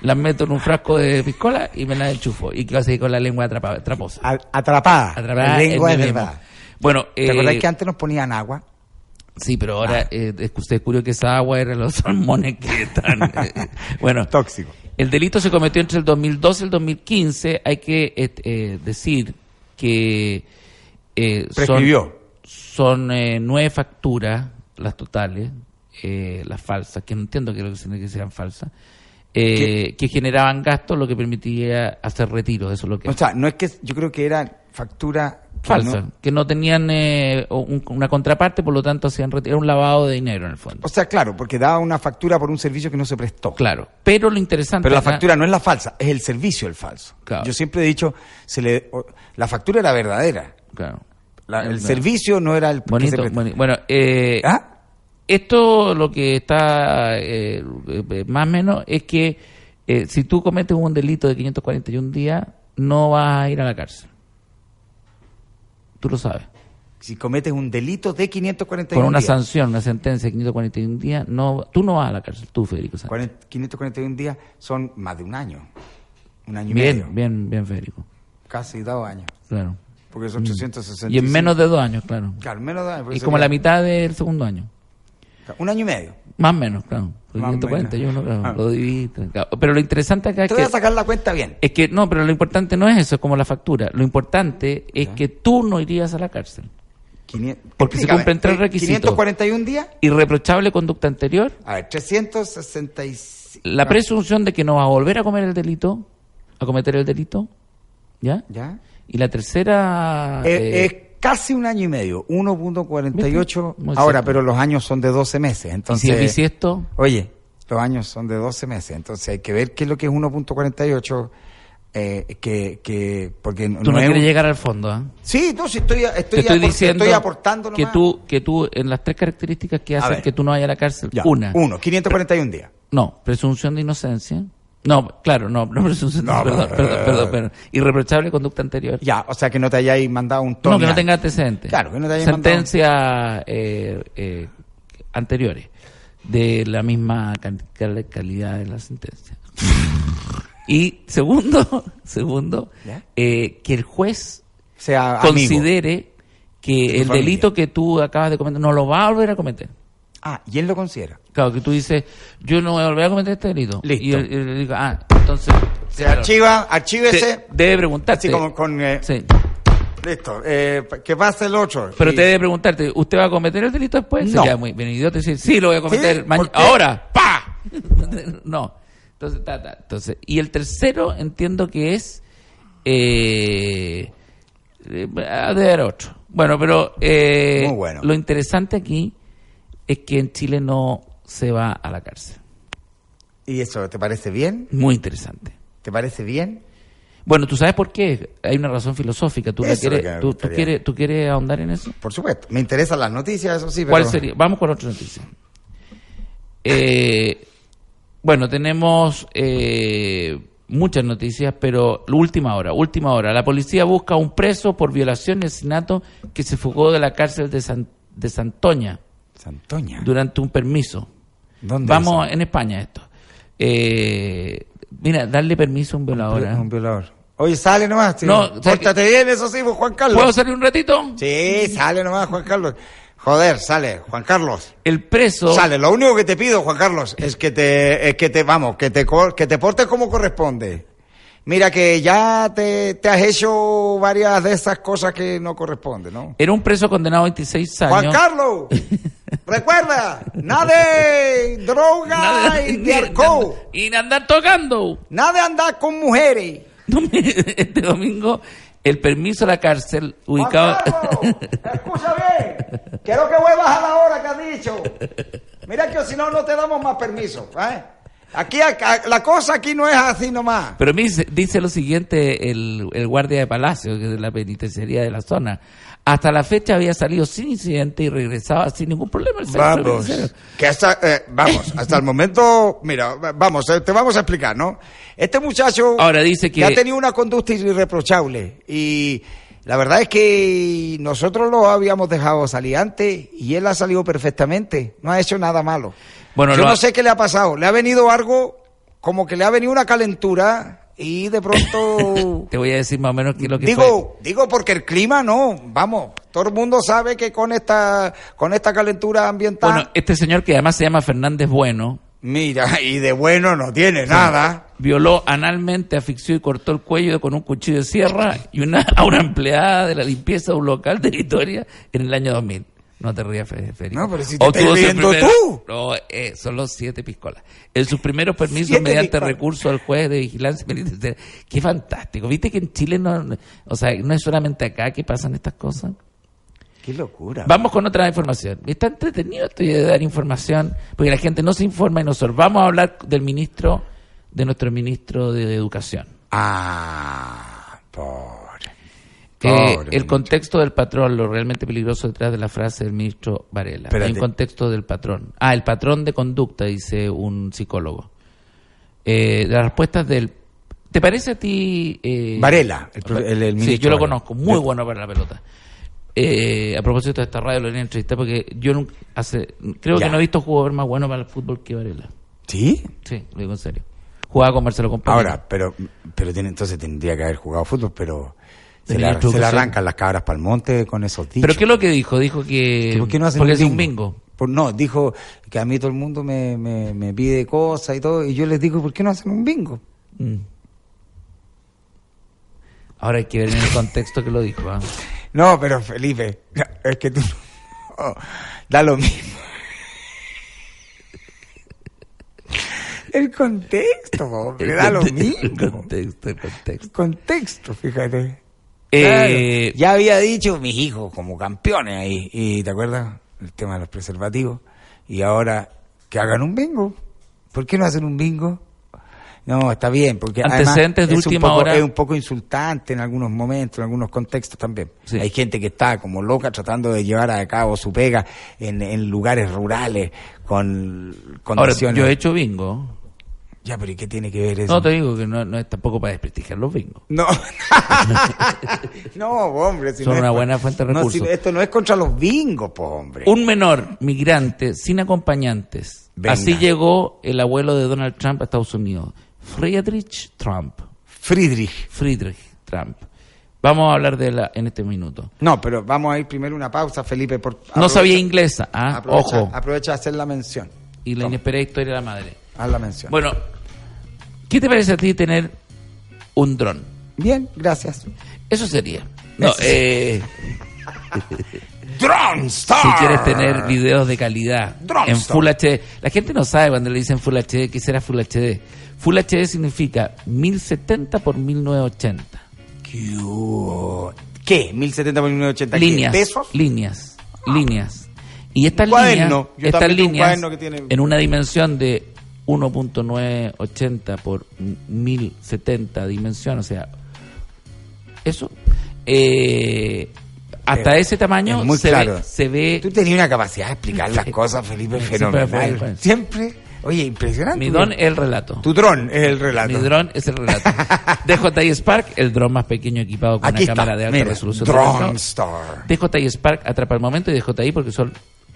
A: las meto en un frasco de piscola y me las enchufo. Y quedo así con la lengua atrapa- traposa.
B: A- Atrapada.
A: Atrapada
B: La
A: en
B: lengua
A: mí
B: de
A: mismo.
B: verdad.
A: Bueno,
B: ¿Te acordás
A: eh,
B: que Ah. antes nos ponían agua?
A: sí, pero ahora eh, es que usted descubrió que esa agua eran los (laughs) salmones que están. eh, bueno,
B: Tóxico.
A: el delito se cometió entre el 2012 y el 2015. Hay que eh, eh, decir que eh, son-
B: Prescribió.
A: son eh, nueve facturas, las totales, eh, las falsas, que no entiendo qué es lo que significa que sean falsas, eh, que generaban gastos, lo que permitía hacer retiros, eso es lo que...
B: O sea, no es que. Yo creo que era factura. que
A: Falsa,
B: no-
A: que no tenían eh, o- un- una contraparte, por lo tanto hacían reti- era un lavado de dinero en el fondo.
B: O sea, claro, porque daba una factura por un servicio que no se prestó.
A: claro, pero lo interesante...
B: Pero la
A: acá-
B: factura no es la falsa, es el servicio el falso.
A: Claro.
B: Yo siempre he dicho, se le, o- la factura era verdadera.
A: Claro.
B: La- el
A: Eh,
B: servicio no era el que se
A: Bonito,
B: prestó.
A: boni- Bueno, eh,
B: ¿Ah?
A: Esto lo que está eh, eh, más o menos es que eh, si tú cometes un delito de 541 días, no vas a ir a la cárcel. Tú lo sabes.
D: Si cometes un delito de 541
A: Con una
D: días.
A: sanción, una sentencia de 541 días, no, tú no vas a la cárcel, tú, Federico Sánchez.
D: Cuaren- 541 días son más de un año. Un año y medio.
A: Bien, bien, bien, Federico.
D: Casi dos años.
A: Claro.
D: Porque son 860.
A: Mm. Y en menos de dos años, claro.
D: Claro, menos de dos años, porque
A: Y como
D: sería-
A: la mitad del segundo año.
D: Un año y medio.
A: Más o menos, claro. Porque
D: Más o
A: 541,
D: menos.
A: claro,
D: Ah.
A: lo dividí, claro. Pero lo interesante acá es
D: Te voy
A: que...
D: a sacar la cuenta bien.
A: Es que no, pero lo importante no es eso, es como la factura. Lo importante es que tú no irías a la cárcel.
D: Quinien-
A: Porque se
D: Explícame,
A: cumplen tres
D: eh,
A: requisitos.
D: 541 días.
A: Irreprochable conducta anterior,
D: A ver, 365.
A: la presunción de que no va a volver a comer el delito, a cometer el delito, ¿ya?
D: Ah, ¿Ya?
A: Y la tercera...
D: Es-
A: eh,
D: es casi un año y medio, 1.48
A: ¿Viste? Muy
D: ahora,
A: cerca.
D: pero los años son de 12 meses.
A: y si
D: Entonces,
A: es bisiesto,
D: Oye, los años son de 12 meses, entonces hay que ver qué es lo que es 1.48, eh, que, que, porque
A: tú no,
D: es
A: quieres
D: un-
A: llegar al fondo, ¿ah?
D: Sí, no, sí, estoy, estoy,
A: Te estoy
D: apor-
A: diciendo
D: estoy aportando
A: que
D: nomás.
A: tú, que tú, en las tres características que hacen
D: ver.
A: que tú no vayas a la cárcel,
D: Ya,
A: una,
D: Uno, 541 días.
A: No, presunción de inocencia. No, claro, no, no presunción de
D: No,
A: perdón,
D: pero-
A: perdón, perdón, perdón. Irreprochable conducta anterior.
D: Ya, o sea, que no te hayáis mandado un tono.
A: no, que no tenga antecedentes.
D: Claro, que no te hayan
A: Sentencias eh, eh, anteriores de la misma can- cal- calidad de la
D: (laughs)
A: sentencia. y segundo, (laughs) segundo,
D: ¿Ya?
A: eh, que el juez
D: O sea, amigo.
A: considere que
D: tu
A: el
D: familia.
A: delito que tú acabas de cometer no lo va a volver a cometer.
D: Ah, y él lo considera.
A: Claro, que tú dices, yo no voy a volver a cometer este delito.
D: Listo.
A: Y él, y él diga, ah, entonces.
D: Se
A: claro,
D: archiva,
A: te-
D: archívese.
A: debe preguntarte.
D: Así como con. eh,
A: Sí.
D: Listo, eh, que pase el otro.
A: Pero
D: Y-
A: te debe preguntarte, ¿usted va a cometer el delito después?
D: No.
A: Sería muy bien idiota decir, sí, lo voy a cometer
D: ¿Sí?
A: maña-
D: ¿Por qué?
A: ahora.
D: (laughs)
A: ¡Pa! no. Entonces, ta, ta. Entonces, y el tercero entiendo que es. Eh, eh, ah, debe haber otro. Bueno, pero eh,
D: Muy bueno.
A: lo interesante aquí es que en Chile no se va a la cárcel.
D: ¿Y eso te parece bien?
A: Muy interesante.
D: ¿Te parece bien?
A: Bueno, ¿tú sabes por qué? Hay una razón filosófica. ¿Tú, la
D: Eso es lo
A: quieres,
D: que me
A: tú- tú,
D: gustaría.
A: quieres, ¿Tú quieres ahondar en eso?
D: Por supuesto. Pues, Me interesan las noticias, eso sí, pero.
A: ¿Cuál sería? Vamos con otra noticia. Eh, bueno, tenemos eh, muchas noticias, pero última hora, última hora. La policía busca a un preso por violación y asesinato que se fugó de la cárcel de, San- de Santoña
D: Santoña.
A: durante un permiso.
D: ¿Dónde
A: Vamos
D: es?
A: en España esto. Eh, mira, darle permiso a un violador. ¿eh?
D: Un violador. Oye, sale nomás, tío.
A: No,
D: No,
A: o sea
D: Pórtate bien, eso sí, pues, Juan Carlos.
A: ¿Puedo salir un ratito?
D: Sí, sale nomás, Juan Carlos. Joder, sale, Juan Carlos.
A: El preso...
D: Sale, lo único que te pido, Juan Carlos, es que te, es que te, vamos, que te, cor- que te portes como corresponde. Mira que ya te, te has hecho varias de esas cosas que no corresponden, ¿no?
A: Era un preso condenado a 26 años. (laughs)
D: Juan Carlos, recuerda, nada de droga
A: Nada de-
D: y
A: ni-
D: de alcohol,
A: y de andar tocando.
D: nada de andar con mujeres.
A: No me- (laughs) Este domingo, el permiso a la cárcel
D: Juan
A: ubicado.
D: Carlos, escucha bien, quiero que vuelvas a la hora que has dicho. Mira que si no, no te damos más permiso. ¿eh? Aquí, acá, la cosa aquí no es así nomás.
A: (laughs) Pero me dice, dice lo siguiente el, el guardia de palacio, que es de la penitenciaría de la zona. Hasta la fecha había salido sin incidente y regresaba sin ningún problema al centro penitenciario.
D: Que hasta, eh, vamos, hasta el momento, mira, vamos, eh, te vamos a explicar, ¿no? Este muchacho
A: Ahora dice que-
D: ha tenido una conducta irreprochable y la verdad es que nosotros lo habíamos dejado salir antes y él ha salido perfectamente, no ha hecho nada malo.
A: Bueno,
D: Yo
A: lo
D: no
A: ha-
D: sé qué le ha pasado, le ha venido algo, como que le ha venido una calentura y de pronto...
A: Te voy a decir más o menos qué es (laughs) lo que fue.
D: Digo, digo porque el clima no, vamos, todo el mundo sabe que con esta con esta calentura ambiental
A: Bueno, este señor que además se llama Fernández Bueno,
D: Mira, y de bueno no tiene nada.
A: violó analmente, asfixió y cortó el cuello con un cuchillo de sierra y una, (laughs) a una empleada de la limpieza de un local de Vitoria en el año 2000. No te rías, Fe- Federico.
D: No, pero si te
A: O
D: estás
A: tuvo su
D: riendo
A: primera-
D: tú.
A: No, eh, son los siete piscolas. En sus primeros permisos
D: Siete
A: mediante
D: piscolas.
A: recurso al juez de vigilancia penitenciaria. Qué fantástico. ¿Viste que en Chile no, o sea, no es solamente acá que pasan estas cosas?
D: Qué locura.
A: Vamos con otra información. Está entretenido esto de dar información, porque la gente no se informa y nosotros vamos a hablar del ministro, de nuestro ministro de Educación.
D: Ah, pobre.
A: Eh,
D: Pobre
A: el
D: ministro.
A: contexto del patrón, lo realmente peligroso detrás de la frase del ministro Varela. Hay
D: Espérate.
A: un contexto del patrón. Ah, el patrón de conducta, dice un psicólogo. eh, las respuestas del... ¿Te parece a ti... eh,
D: Varela, el pro- el- el
A: sí, yo
D: ministro
A: lo
D: Varela.
A: conozco, muy bueno para la pelota. Eh, a propósito de esta radio lo voy a entrevistar porque yo nunca hace, creo
D: Ya.
A: que no he visto jugador más bueno para el fútbol que Varela.
D: ¿Sí?
A: Sí, lo digo en serio. Jugaba con Marcelo Compañero.
D: Ahora, pero, pero tiene- entonces tendría que haber jugado fútbol, pero se,
A: Tenía
D: la-
A: otro
D: se le
A: que ser.
D: arrancan las cabras para el monte con esos dichos.
A: ¿Pero qué es lo que dijo? Dijo que...
D: ¿Que ¿Por qué no hacen
A: porque es un bingo.
D: Por- no, dijo que a mí todo el mundo me, me- me pide cosas y todo, y yo les digo, ¿por qué no hacen un bingo?
A: Mm. Ahora hay que ver en el contexto que lo dijo.
D: (laughs)
A: ¿ah?
D: No,
B: (laughs)
D: pero Felipe, es que tú... da lo mismo.
B: El contexto, hombre, da lo
A: El
B: mismo.
A: contexto, el contexto.
B: El contexto, fíjate.
A: Eh,
D: ya había dicho mis hijos como eh, campeones ahí, y ¿te acuerdas? El tema de los preservativos. Y ahora, que hagan un bingo. ¿Por qué no hacen un bingo? No, está bien, porque
A: Antecedentes
D: además
A: de
D: es, un
A: última
D: poco,
A: hora.
D: es un poco insultante en algunos momentos, en algunos contextos también.
A: Sí.
D: Hay gente que está como loca tratando de llevar a cabo su pega en, en lugares rurales con
A: Ahora,
D: condiciones.
A: yo he hecho bingo.
D: Ya, pero ¿y qué tiene que ver eso?
A: No, te digo que no, no es tampoco para desprestigiar los bingos.
D: No. (laughs) no, hombre. si
A: Son
D: no es
A: una
D: con-
A: buena fuente de
D: no, si
A: recursos.
D: esto no es contra los bingos, po, hombre.
A: Un menor migrante sin acompañantes.
D: Venga.
A: Así llegó el abuelo de Donald Trump a Estados Unidos. Friedrich Trump.
D: Friedrich.
A: Friedrich Trump. Vamos a hablar de la en este minuto.
D: No, pero vamos a ir primero una pausa, Felipe. Por,
A: No
D: aprovecha-
A: sabía inglesa, ¿ah?
D: Aprovecha,
A: ojo.
D: Aprovecha a hacer la mención.
A: Y la inesperada historia de la madre.
D: Haz la mención.
A: Bueno, ¿qué te parece a ti tener un dron?
D: Bien, gracias.
A: Eso sería. No,
D: Eso sí.
A: eh,
D: Drone Star.
A: si quieres tener videos de calidad en Full HD. La gente no sabe cuando le dicen Full HD qué será Full HD. Full HD significa 1070 por 1980.
D: ¿Qué? hubo? ¿Qué? 1070 por 1980. ¿qué?
A: líneas,
D: ¿Pesos? Ah.
A: líneas, líneas. Y estas
D: cuaderno.
A: líneas,
D: Yo
A: estas
D: también tengo un
A: líneas
D: cuaderno que tiene-
A: en una dimensión de 1.980 por 1070 dimensión, o sea, eso eh, hasta
D: Eh,
A: ese tamaño
D: es muy
A: se,
D: claro.
A: ve, se ve-
D: Tú tenías una capacidad de explicar las cosas, Felipe,
A: Siempre fue,
D: fenomenal.
A: fue.
D: Siempre. Oye, impresionante.
A: pues. mi don es el relato.
D: Tu dron es el relato.
A: Mi dron es el
D: (laughs)
A: relato. DJI Spark, el dron más pequeño equipado con
D: Aquí
A: una
D: está.
A: cámara de alta
D: Mira,
A: resolución.
D: Drone
A: de
D: Star.
A: DJI Spark atrapa el momento y DJI porque son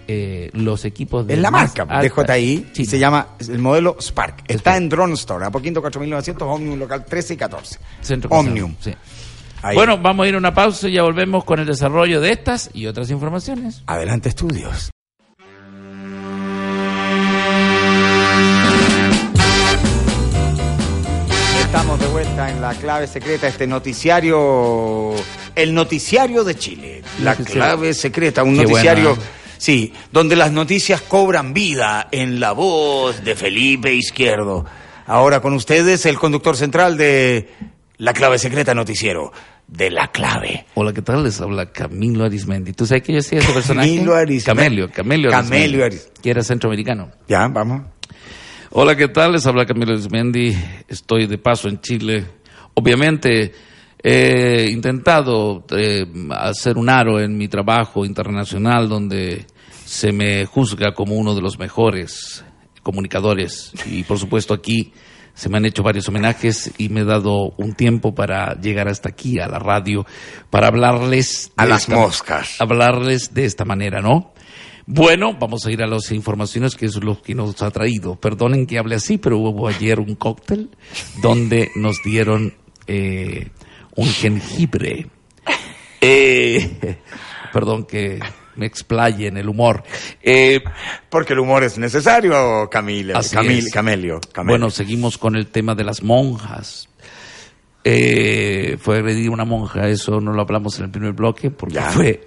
A: eh, los equipos de
D: Es la
A: más
D: marca pues,
A: alta
D: DJI y
A: China.
D: se llama el modelo Spark. Está en Drone Store, a poquito 4900, Omnium Local 13 y 14.
A: Centro comercial,
D: Omnium.
A: sí.
D: Ahí.
A: Bueno, vamos a ir a una pausa y ya volvemos con el desarrollo de estas y otras informaciones.
D: Adelante, estudios. Estamos de vuelta en la clave secreta, este noticiario, el noticiario de Chile. La
A: Noticiario.
D: clave secreta, un
A: Qué
D: noticiario,
A: bueno, ¿eh?
D: sí, donde las noticias cobran vida en la voz de Felipe Izquierdo. Ahora con ustedes el conductor central de la clave secreta noticiero, de la clave.
A: Hola, ¿qué tal? Les habla Camilo Arismendi. ¿Tú sabes que yo hacía ese personaje?
D: Camilo Arismendi.
A: Camelio, Camelio Arismendi,
D: Camelio Aris-
A: Que era centroamericano.
D: Ya, vamos.
A: Hola, ¿qué tal? Les habla Camilo Arismendi. Estoy de paso en Chile. Obviamente he intentado eh, hacer un aro en mi trabajo internacional donde se me juzga como uno de los mejores comunicadores y por supuesto aquí se me han hecho varios homenajes y me he dado un tiempo para llegar hasta aquí a la radio para hablarles
D: A
A: de
D: las
A: esta-
D: moscas.
A: hablarles de esta manera, ¿no? Bueno, vamos a ir a las informaciones que es lo que nos ha traído. Perdonen que hable así, pero hubo ayer un cóctel donde nos dieron eh, un jengibre. Eh, (laughs) perdón que me explaye en el humor. Eh,
D: Porque el humor es necesario, Camilo.
A: Así
D: Camil-
A: es.
D: Camelio. Camelio.
A: Bueno, seguimos con el tema de las monjas. Eh, fue agredida una monja, eso no lo hablamos en el primer bloque porque
D: Ya.
A: fue.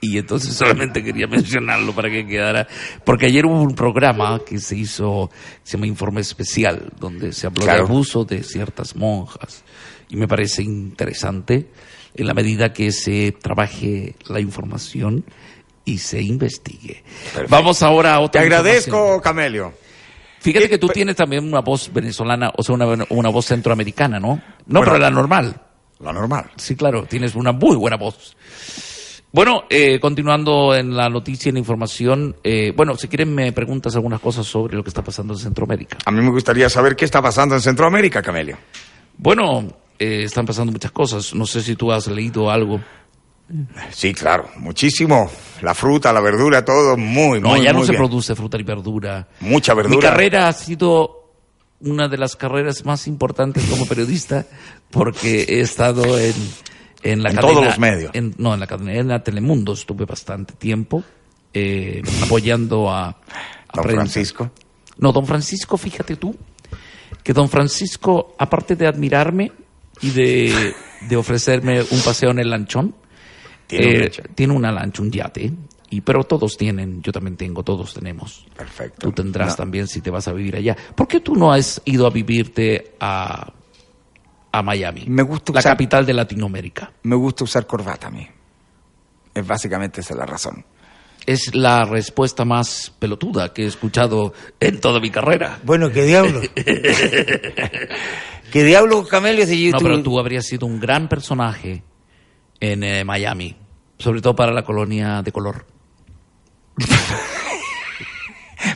A: Y entonces solamente quería (laughs) mencionarlo para que quedara. Porque ayer hubo un programa que se hizo, se llama Informe Especial, donde se habló
D: Claro.
A: de abuso de ciertas monjas. Y me parece interesante en la medida que se trabaje la información y se investigue. Vamos ahora a
D: Te
A: otra. información.
D: agradezco, Eh, Camelio.
A: Fíjate que tú tienes también una voz venezolana, o sea, una, una voz centroamericana, ¿no? No, pero la normal.
D: Lo normal.
A: Sí, claro, tienes una muy buena voz. Bueno, eh, continuando en la noticia y la información, eh, bueno, si quieren me preguntas algunas cosas sobre lo que está pasando en Centroamérica.
D: A mí me gustaría saber qué está pasando en Centroamérica, Camelio.
A: Bueno, eh, están pasando muchas cosas. No sé si tú has leído algo.
D: Sí, claro, muchísimo. La fruta, la verdura, todo muy,
A: No,
D: muy,
A: ya no
D: muy
A: se
D: bien.
A: produce fruta y verdura.
D: Mucha verdura.
A: Mi carrera ha sido una de las carreras más importantes como periodista porque he estado en, en la
D: En
A: cadena.
D: todos los medios.
A: en- no, en la cadena, en la Telemundo estuve bastante tiempo eh, apoyando a, a
D: Don
A: prensa.
D: Francisco.
A: No, don Francisco, fíjate tú, que don Francisco, aparte de admirarme y de, de ofrecerme un paseo en el lanchón,
D: Tiene un
A: eh,
D: lanchón.
A: tiene una lancha, un yate, y, pero todos tienen, yo también tengo, todos tenemos.
D: Perfecto.
A: Tú tendrás
D: No.
A: también si te vas a vivir allá. ¿Por qué tú no has ido a vivirte a, a Miami?
D: Me gusta
A: La
D: usar-
A: capital de Latinoamérica.
D: Me gusta usar corbata a mí. Es básicamente esa la razón.
A: Es la respuesta más pelotuda que he escuchado en toda mi carrera.
D: Bueno, qué diablo. qué diablo, Camelio, si
A: No, pero tú habrías sido un gran personaje en eh, Miami, sobre todo para la colonia de color.
D: (laughs)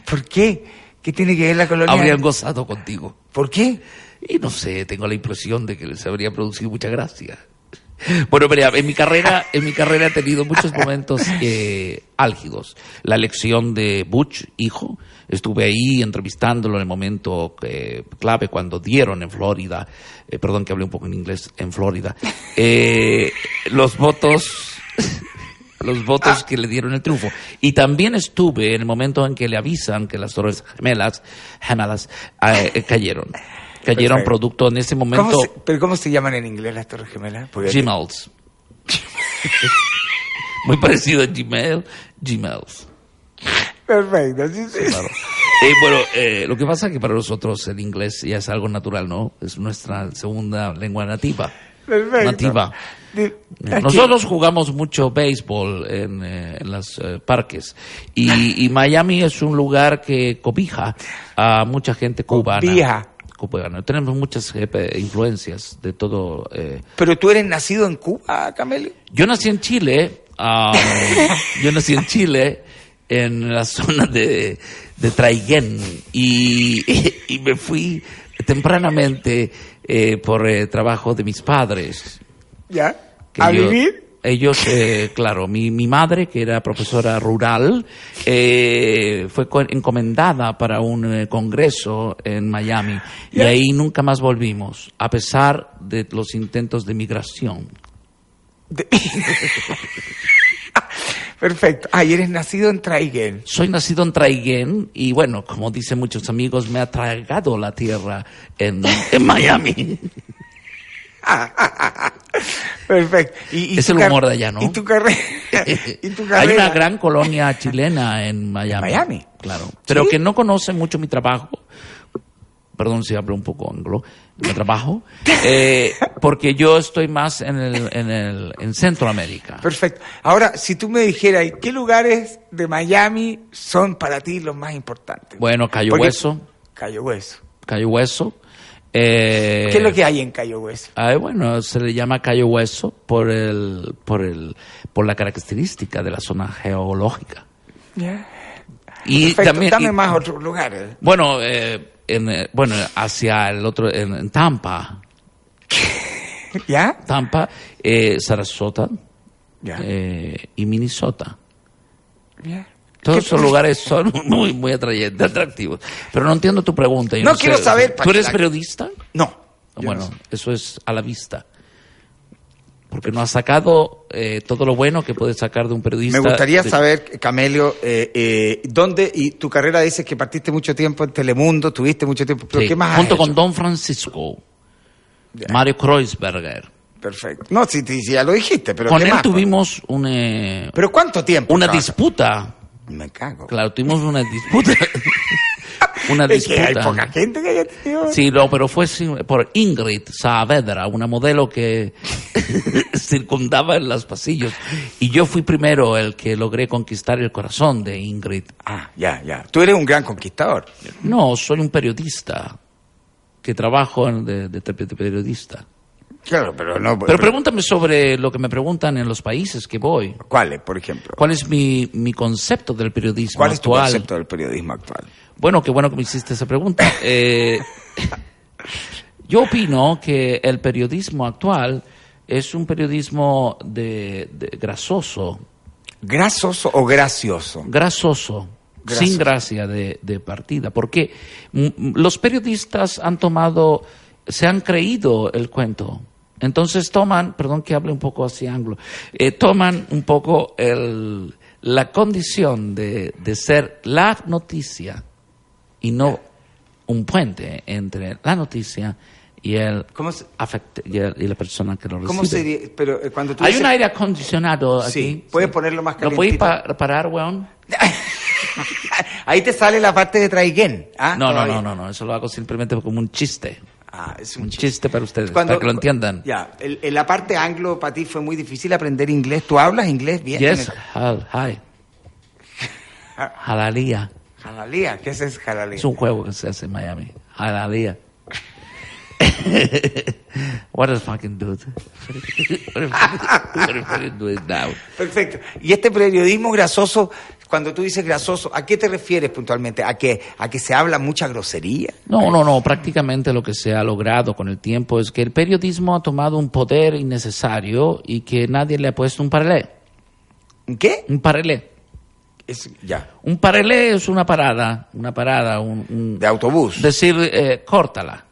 D: ¿Por qué? ¿Qué tiene que ver la colonia?
A: Habrían gozado contigo.
D: ¿Por qué?
A: Y no sé, tengo la impresión de que les habría producido mucha gracia. Bueno, mira, en mi carrera, en mi carrera he tenido muchos momentos eh, álgidos. La elección de Butch, hijo, estuve ahí entrevistándolo en el momento eh, clave cuando dieron en Florida, eh, perdón que hablé un poco en inglés, en Florida, eh, los votos los votos que le dieron el triunfo. Y también estuve en el momento en que le avisan que las torres gemelas, gemelas eh, eh, cayeron. Cayeron
D: Perfecto.
A: producto en ese
D: ¿Cómo
A: momento
D: se- ¿Pero cómo se llaman en inglés las Torres Gemelas? Porque-
A: Gmails. (laughs) Muy parecido a Gmail, Gmails.
B: Perfecto, sí, sí.
A: Claro. Eh, bueno, eh, lo que pasa es que para nosotros el inglés ya es algo natural, ¿no? Es nuestra segunda lengua nativa.
B: Perfecto.
A: Nativa.
B: Di- aquí.
A: Nosotros jugamos mucho béisbol en, eh, en los eh, parques y, y Miami es un lugar que cobija a mucha gente cubana.
B: Cobija.
A: Cubana. Tenemos muchas eh, pe- influencias de todo. eh.
D: Pero tú eres nacido en Cuba, Camelio.
A: Yo nací en Chile,
B: (laughs)
A: ah, yo nací en Chile, en la zona de, de Traiguén y, (laughs) y me fui tempranamente eh, por eh, trabajo de mis padres.
B: ¿Ya?
A: que
B: ¿A
A: yo-
B: vivir?
A: Ellos, eh, claro, mi, mi madre, que era profesora rural, eh, fue co- encomendada para un eh, congreso en Miami y ahí nunca más volvimos, a pesar de los intentos de migración.
B: De-
D: Perfecto. Ah, y eres nacido en Traiguén.
A: Soy nacido en Traiguén y bueno, como dicen muchos amigos, me ha tragado la tierra
B: (laughs)
A: en, en Miami.
B: Perfecto. Y, y
A: Es
B: tu
A: el
B: car-
A: humor de allá, ¿no?
B: Y tu
A: (laughs)
B: carrera. (laughs) y tu
A: Hay
B: carrera.
A: una gran colonia chilena en Miami.
D: Miami?
A: Claro. Pero que no conoce mucho mi trabajo. Perdón si hablo un poco anglo. Mi trabajo. eh, porque yo estoy más en el, en el, en Centroamérica.
B: Perfecto. Ahora, si tú me dijeras, ¿y ¿qué lugares de Miami son para ti los más importantes?
A: Bueno, Cayo
B: Porque-
A: Hueso.
B: Cayo Hueso.
A: Cayo Hueso. eh,
B: ¿Qué es lo que hay en Cayo Hueso?
A: Ah, bueno, se le llama Cayo Hueso por el, por el, por la característica de la zona geológica. Y
B: Perfecto,
A: también,
B: dame
A: y-
B: más
A: (laughs)
B: otros lugares.
A: Bueno, eh, en, eh, bueno, hacia el otro, en, en Tampa,
B: ¿Ya?
A: Tampa, eh, Sarasota
B: Ya.
A: eh, y Minnesota.
B: ¿Ya?
A: Todos
B: ¿Qué-
A: esos lugares son (laughs) muy, muy atrayentes, atractivos. Pero no entiendo tu pregunta. yo
B: No quiero saber,
A: ¿Tú eres
B: Paquita.
A: periodista?
D: No.
A: bueno, eso es a la vista. Porque no has sacado eh, todo lo bueno que puedes sacar de un periodista.
D: Me gustaría
A: de-
D: saber, Camelio, eh, eh, ¿dónde? Y tu carrera dices que partiste mucho tiempo en Telemundo, tuviste mucho tiempo. ¿Pero
A: Sí,
D: qué más has
A: junto
D: hecho?
A: con Don Francisco, Mario Kreuzberger.
D: Perfecto. No, si, si- si ya lo dijiste, pero
A: Con
D: ¿qué
A: él
D: más?
A: tuvimos un, eh,
D: ¿Pero cuánto tiempo?
A: una
D: trabajaste?
A: disputa.
D: Me cago.
A: Claro, tuvimos una
D: (laughs)
A: disputa. una
B: Es que hay poca
A: disputa.
B: gente que haya tenido.
A: Sí, no, pero fue sí, por Ingrid Saavedra, una modelo que (laughs) circundaba en los pasillos. Y yo fui primero el que logré conquistar el corazón de Ingrid.
D: Ah, ya, ya. Tú eres un gran conquistador.
A: No, soy un periodista que trabajo en- de, de- de periodista.
D: Claro, pero no.
A: Pero pregúntame sobre lo que me preguntan en los países que voy.
D: ¿Cuáles, por ejemplo?
A: ¿Cuál es mi, mi concepto del periodismo
D: ¿Cuál es tu
A: actual?
D: concepto del periodismo actual?
A: Bueno, qué bueno que me hiciste esa pregunta.
D: (laughs)
A: Eh, yo opino que el periodismo actual es un periodismo de, de- grasoso,
D: ¿Grasoso o gracioso?
A: grasoso,
D: Grasoso.
A: sin gracia de, de partida, porque mm, los periodistas han tomado, se han creído el cuento. Entonces toman, perdón que hable un poco así anglo, eh, toman un poco el- la condición de, de ser la noticia y no un puente entre la noticia y el,
D: ¿Cómo se-
A: afect- y, el- y la persona que lo recibe.
D: ¿Cómo sería? Pero eh, cuando tú
A: Pues Hay
D: dices-
A: un aire acondicionado aquí.
D: Sí, ¿puedes ponerlo más
A: ¿Lo puedes
D: calientito?
A: pa- parar, weón?
D: (laughs) Ahí te sale la parte de Traiguén. ¿ah?
A: no, no,
D: Todavía.
A: no, no, no, eso lo hago simplemente como un chiste.
D: Ah, es un
A: Un
D: chiste.
A: chiste para ustedes,
D: Cuando-
A: para que lo entiendan.
D: Ya, el- en la parte anglo para ti fue muy difícil aprender inglés. ¿Tú hablas inglés bien?
A: Yes,
D: En el-
A: hal-
D: (laughs)
A: hi. Jalalía.
D: Jalalía, ¿qué es eso, jalalía?
A: Es un juego que se hace en Miami. Jalalía. (laughs) What a fucking dude. What a fucking- what a fucking dude now.
D: Perfecto. Y este periodismo grasoso, cuando tú dices grasoso, ¿a qué te refieres puntualmente? ¿A que, a que se habla mucha grosería?
A: No, no, no. Prácticamente lo que se ha logrado con el tiempo es que el periodismo ha tomado un poder innecesario y que nadie le ha puesto un paralé.
D: ¿Qué?
A: Un paralé.
D: Es, ya.
A: Un paralé es una parada, una parada, un, un-
D: De autobús.
A: decir, eh, córtala.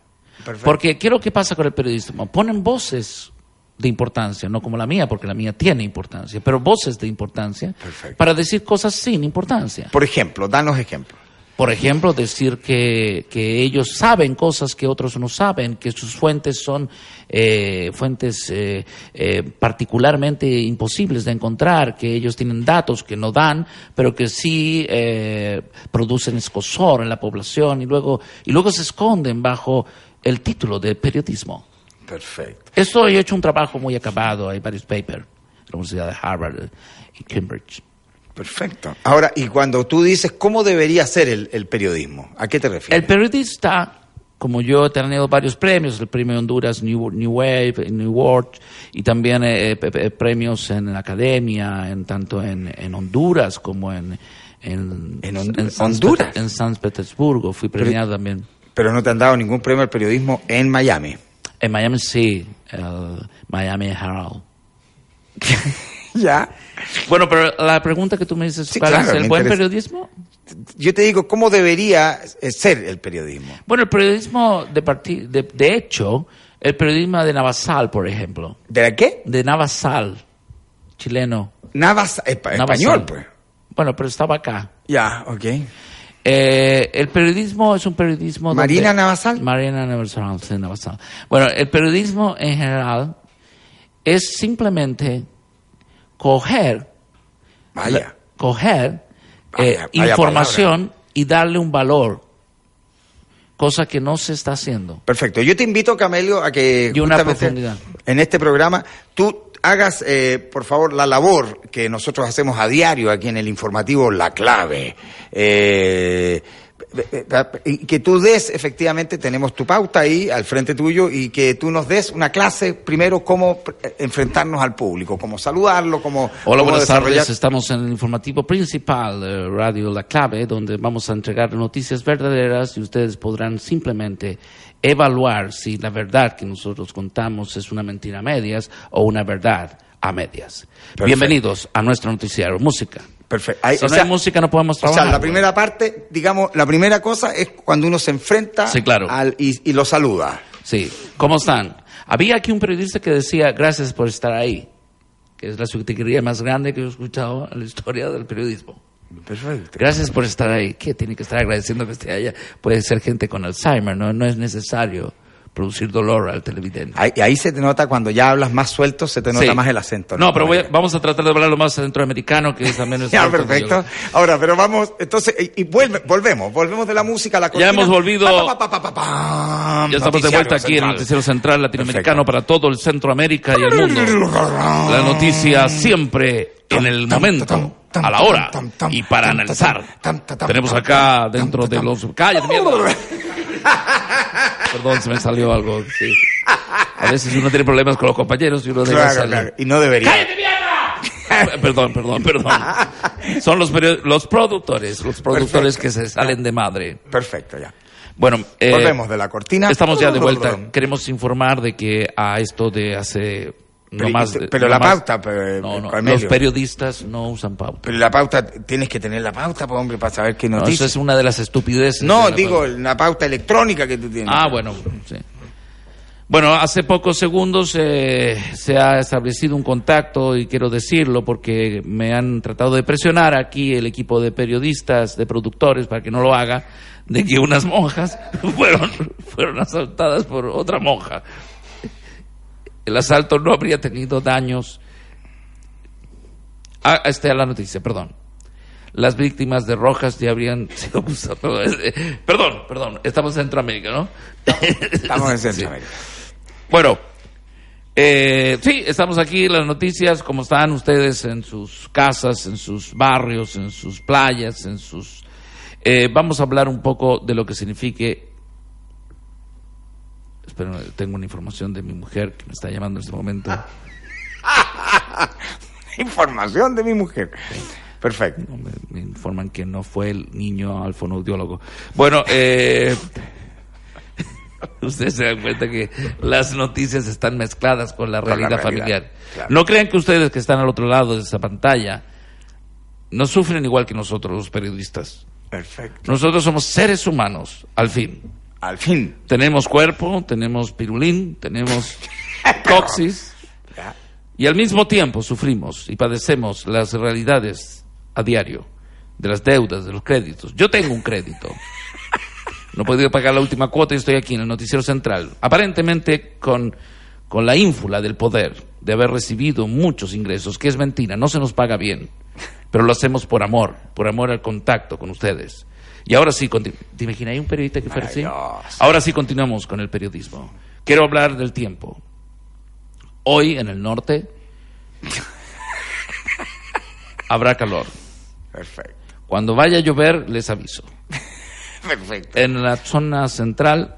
D: Perfecto.
A: Porque ¿qué es lo que pasa con el periodismo? Ponen voces de importancia, no como la mía, porque la mía tiene importancia, pero voces de importancia
D: Perfecto.
A: para decir cosas sin importancia.
D: Por ejemplo, danos ejemplos.
A: Por ejemplo, decir que, que ellos saben cosas que otros no saben, que sus fuentes son eh, fuentes eh, eh, particularmente imposibles de encontrar, que ellos tienen datos que no dan, pero que sí eh, producen escosor en la población y luego, y luego se esconden bajo el título de periodismo.
D: Perfecto.
A: Esto he hecho un trabajo muy acabado, hay varios papers, en la Universidad de Harvard eh, y Cambridge.
D: Perfecto. Ahora, y cuando tú dices cómo debería ser el, el periodismo, ¿a qué te refieres?
A: El periodista, como yo he tenido varios premios, el premio Honduras New, New Wave, New World, y también eh, eh, pe- pe- premios en la academia, en tanto en, en Honduras como en, en,
D: En Hondu-
A: San
D: Honduras.
A: Pete- en San Petersburgo. Fui premiado también.
D: Pero no te han dado ningún premio al periodismo en Miami.
A: En Miami sí, el Miami Herald.
D: Ya.
A: Bueno, pero la pregunta que tú me dices,
D: Sí,
A: ¿cuál
D: claro,
A: es
D: me
A: el buen
D: interesa.
A: periodismo?
D: Yo te digo cómo debería eh, ser el periodismo.
A: Bueno, el periodismo de, parti- de, de hecho, el periodismo de Navasal, por ejemplo,
D: ¿De la qué?
A: de Navasal, chileno.
D: Navas, espa-
A: Nada más
D: español,
A: sal.
D: pues.
A: Bueno, pero estaba acá.
D: Ya, ok.
A: Eh, el periodismo es un periodismo... donde-
D: Marina Navasal.
A: Marina Navasal, sí, Navasal. Bueno, el periodismo en general es simplemente coger,
D: Vaya.
A: coger eh,
D: Ah, Vaya- vaya
A: información y darle un valor, cosa que no se está haciendo.
D: Perfecto. Yo te invito, Camelio, a que
A: Y una
D: justamente
A: profundidad.
D: en este programa tú hagas, eh, por favor, la labor que nosotros hacemos a diario aquí en el informativo La Clave. Eh, eh, eh, y que tú des, efectivamente, tenemos tu pauta ahí al frente tuyo y que tú nos des una clase primero cómo eh, enfrentarnos al público, cómo saludarlo, cómo...
A: Hola,
D: cómo
A: buenas
D: desarrollar-
A: tardes. Estamos en el informativo principal, eh, Radio La Clave, donde vamos a entregar noticias verdaderas y ustedes podrán simplemente evaluar si la verdad que nosotros contamos es una mentira a medias o una verdad a medias.
D: Perfecto.
A: Bienvenidos a nuestro noticiero. Música.
D: Perfecto. Ahí,
A: si
D: o
A: no
D: sea,
A: hay música no podemos
D: O
A: trabajar.
D: sea, la primera parte, digamos, la primera cosa es cuando uno se enfrenta
A: Sí, claro.
D: al, y, y lo saluda.
A: Sí. ¿Cómo están? Había aquí un periodista que decía, gracias por estar ahí, que es la subcategoría más grande que yo he escuchado en la historia del periodismo.
D: Perfecto.
A: Gracias por estar ahí. ¿Qué tiene que estar agradeciendo que esté allá? Puede ser gente con Alzheimer, ¿no? No es necesario producir dolor al televidente.
D: Ahí, ahí se te nota cuando ya hablas más suelto, Ah, se te nota
A: Sí.
D: más el acento.
A: No, pero voy a- vamos a tratar de hablar lo más centroamericano, que es
D: (laughs)
A: también nuestro
D: Ya,
A: acento que yo-
D: perfecto. Ahora, pero vamos, entonces, eh, y, y vuelve- volvemos, volvemos de la música a la
A: Ya hemos volvido.
D: Pa, pa, pa, pa, pa, pam.
A: Ya estamos de
D: Noticiario
A: vuelta aquí en el
D: central.
A: Noticiero Central Latinoamericano para
D: Perfecto.
A: todo el Centroamérica y el mundo. La noticia siempre en el momento, a la hora y para analizar. Tenemos acá
D: (laughs)
A: dentro de los... ¡Cállate, mierda! Perdón, se me salió algo. sí. A veces uno tiene problemas con los compañeros y uno debe
D: Claro,
A: salir.
D: claro. Y no debería.
A: ¡Cállate, mierda! perdón, perdón, perdón. Son los, perio- los productores, los productores
D: Perfecto.
A: que se salen de madre.
D: Perfecto, ya.
A: Bueno, eh,
D: Volvemos de la cortina.
A: Estamos ya de vuelta.
D: Perdón.
A: Queremos informar de que a esto de hace no
D: Pero-
A: más.
D: pero
A: no
D: la
A: más-
D: pauta, pero-
A: No, no,
D: Cornelio.
A: los periodistas no usan pauta.
D: Pero la pauta, tienes que tener la pauta, pues, hombre, para saber qué
A: No, eso
D: noticias.
A: es una de las estupideces.
D: No,
A: de la
D: digo,
A: pauta.
D: la pauta electrónica que tú tienes.
A: Ah, bueno, sí. Bueno, hace pocos segundos eh, se ha establecido un contacto y quiero decirlo porque me han tratado de presionar aquí el equipo de periodistas, de productores, para que no lo haga, de que unas monjas (laughs) fueron, fueron asaltadas por otra monja. El asalto no habría tenido daños. Ah, esta es la noticia, perdón. Las víctimas de Rojas ya habrían (laughs) sido acusadas. Eh, Perdón, perdón, estamos en Centroamérica, ¿no?
D: Estamos en
A: Sí.
D: Centroamérica.
A: Bueno, eh, sí, estamos aquí, las noticias, como están ustedes en sus casas, en sus barrios, en sus playas, en sus... Eh, vamos a hablar un poco de lo que signifique... Espero, tengo una información de mi mujer que me está llamando en este momento.
D: Información de mi mujer. Perfecto.
A: No, me, me informan que no fue el niño al fonoaudiólogo. Bueno, eh, (laughs) ustedes se dan cuenta que las noticias están mezcladas con la
D: Con la
A: realidad,
D: realidad,
A: familiar.
D: claro.
A: No crean que ustedes que están al otro lado de esa pantalla no sufren igual que nosotros los periodistas.
D: Perfecto.
A: Nosotros somos seres humanos, al fin.
D: Al fin.
A: Tenemos cuerpo, tenemos pirulín, tenemos coxis.
D: Ya.
A: Y al mismo tiempo sufrimos y padecemos las realidades a diario de las deudas, de los créditos. Yo tengo un crédito. No he podido pagar la última cuota y estoy aquí en el Noticiero Central. Aparentemente con, con la ínfula del poder de haber recibido muchos ingresos, que es mentira, no se nos paga bien, pero lo hacemos por amor, por amor al contacto con ustedes. Y ahora sí, conti- ¿te imaginas? Hay un periodista que fuera así.
D: Maravilloso.
A: Ahora sí continuamos con el periodismo. Quiero hablar del tiempo. Hoy en el norte (laughs) habrá calor.
D: Perfecto.
A: Cuando vaya a llover, les aviso.
D: (laughs) Perfecto.
A: En la zona central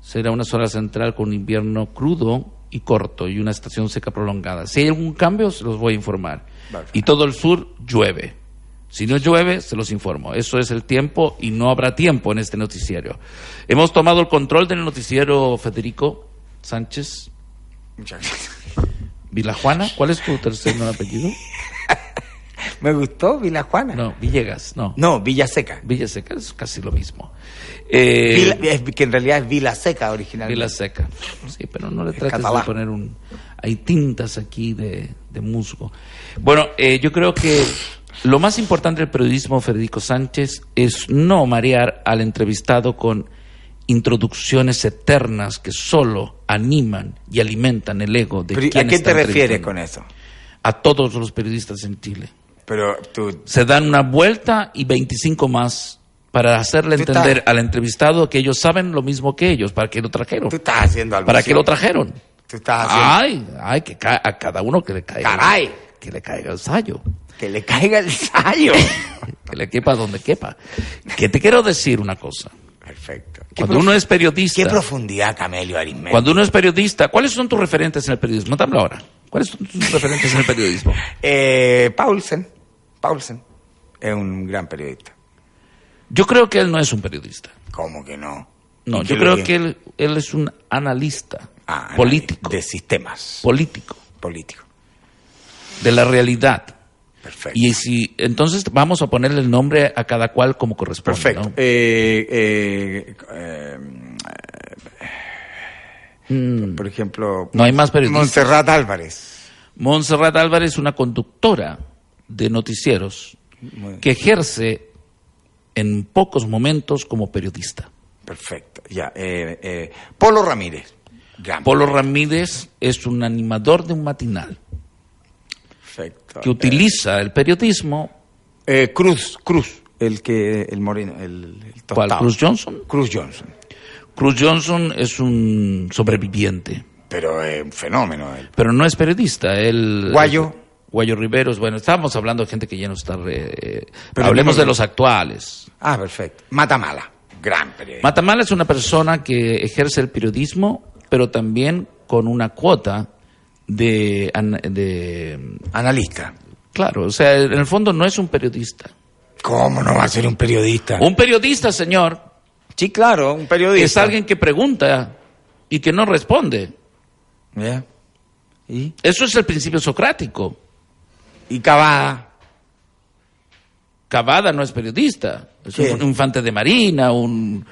A: será una zona central con un invierno crudo y corto y una estación seca prolongada. Si hay algún cambio, se los voy a informar.
D: Vale.
A: Y todo el sur llueve. Si no llueve, se los informo. Eso es el tiempo y no habrá tiempo en este noticiero. Hemos tomado el control del noticiero Federico Sánchez (laughs)
D: Muchas gracias.
A: Vilajuana. ¿Cuál es tu
D: (laughs)
A: tercer apellido?
D: Me gustó Vila Juana.
A: No, Villegas, no.
D: No, Villa Seca.
A: Villaseca es casi lo mismo. Eh,
D: Vila- es- que en realidad es Vila Seca originalmente.
A: Vila seca. Sí, pero no le
D: Es
A: trates de
D: catalán.
A: poner un... Hay tintas aquí de, de musgo. Bueno, eh, yo creo que lo más importante del periodismo, Federico Sánchez, es no marear al entrevistado con introducciones eternas que solo animan y alimentan el ego de
D: Pero,
A: quien
D: ¿A qué
A: está
D: te refieres
A: entrevistando.
D: con eso?
A: A todos los periodistas en Chile.
D: Pero tú...
A: Se dan una vuelta y 25 más para hacerle
D: Tú
A: entender
D: estás-
A: al entrevistado que ellos saben lo mismo que ellos, para que lo trajeron.
D: Tú estás haciendo algo.
A: ¿Para qué lo trajeron?
D: Tú estás haciendo...
A: Ay, ay, que ca- a cada uno que le caiga.
D: Caray.
A: Que le caiga el sayo.
D: Que le caiga el (laughs) sallo.
A: Que le quepa donde quepa. Que te quiero decir una cosa.
D: Perfecto. ¿Qué
A: Cuando uno
D: profu-
A: es periodista.
D: Qué profundidad, Camelio Arismendi.
A: Cuando uno es periodista, ¿cuáles son tus referentes en el periodismo? Dame ahora. ¿Cuáles son tus referentes en el periodismo?
D: Eh, Paulsen. Paulsen. Es un gran periodista.
A: Yo creo que él no es un periodista.
D: ¿Cómo que no?
A: No,
D: ¿Y
A: yo
D: qué
A: creo
D: le-
A: que él, él es un analista
D: Ah,
A: político.
D: De sistemas
A: Político.
D: políticos.
A: De la realidad.
D: Perfecto.
A: Y si, entonces vamos a ponerle el nombre a cada cual como corresponde.
D: Perfecto.
A: ¿no?
D: Eh, eh, eh, eh, por ejemplo,
A: Mm. No hay más periodistas.
D: Montserrat Álvarez.
A: Montserrat Álvarez es una conductora de noticieros
D: Muy-
A: que ejerce en pocos momentos como periodista.
D: Perfecto. Ya. eh, eh, Polo Ramírez. Gran
A: Polo Ramírez es un animador de un matinal
D: Perfecto.
A: que utiliza el periodismo.
D: Eh, eh, Cruz, Cruz, el que el moreno, el, el
A: ¿Cuál?
D: tostado.
A: ¿Cruz Johnson?
D: Cruz Johnson.
A: Cruz Johnson es un sobreviviente,
D: Pero es un fenómeno él.
A: pero no es periodista. Él,
D: Guayo.
A: Guayo Riveros. Bueno, estábamos hablando de gente que ya no está... re- eh,
D: Pero
A: hablemos
D: no-
A: de los actuales.
D: Ah, perfecto. Matamala, gran periodista.
A: Matamala es una persona que ejerce el periodismo, pero también con una cuota de, an- de...
D: Analista.
A: Claro, o sea, en el fondo no es un periodista.
D: ¿Cómo no va a ser un periodista?
A: Un periodista, señor,
D: Sí, claro, un periodista.
A: es alguien que pregunta y que no responde.
D: Ya. ¿Y?
A: Eso es el principio socrático.
D: Y Cavada.
A: Cavada no es periodista, es
D: ¿Qué?
A: un infante de marina, un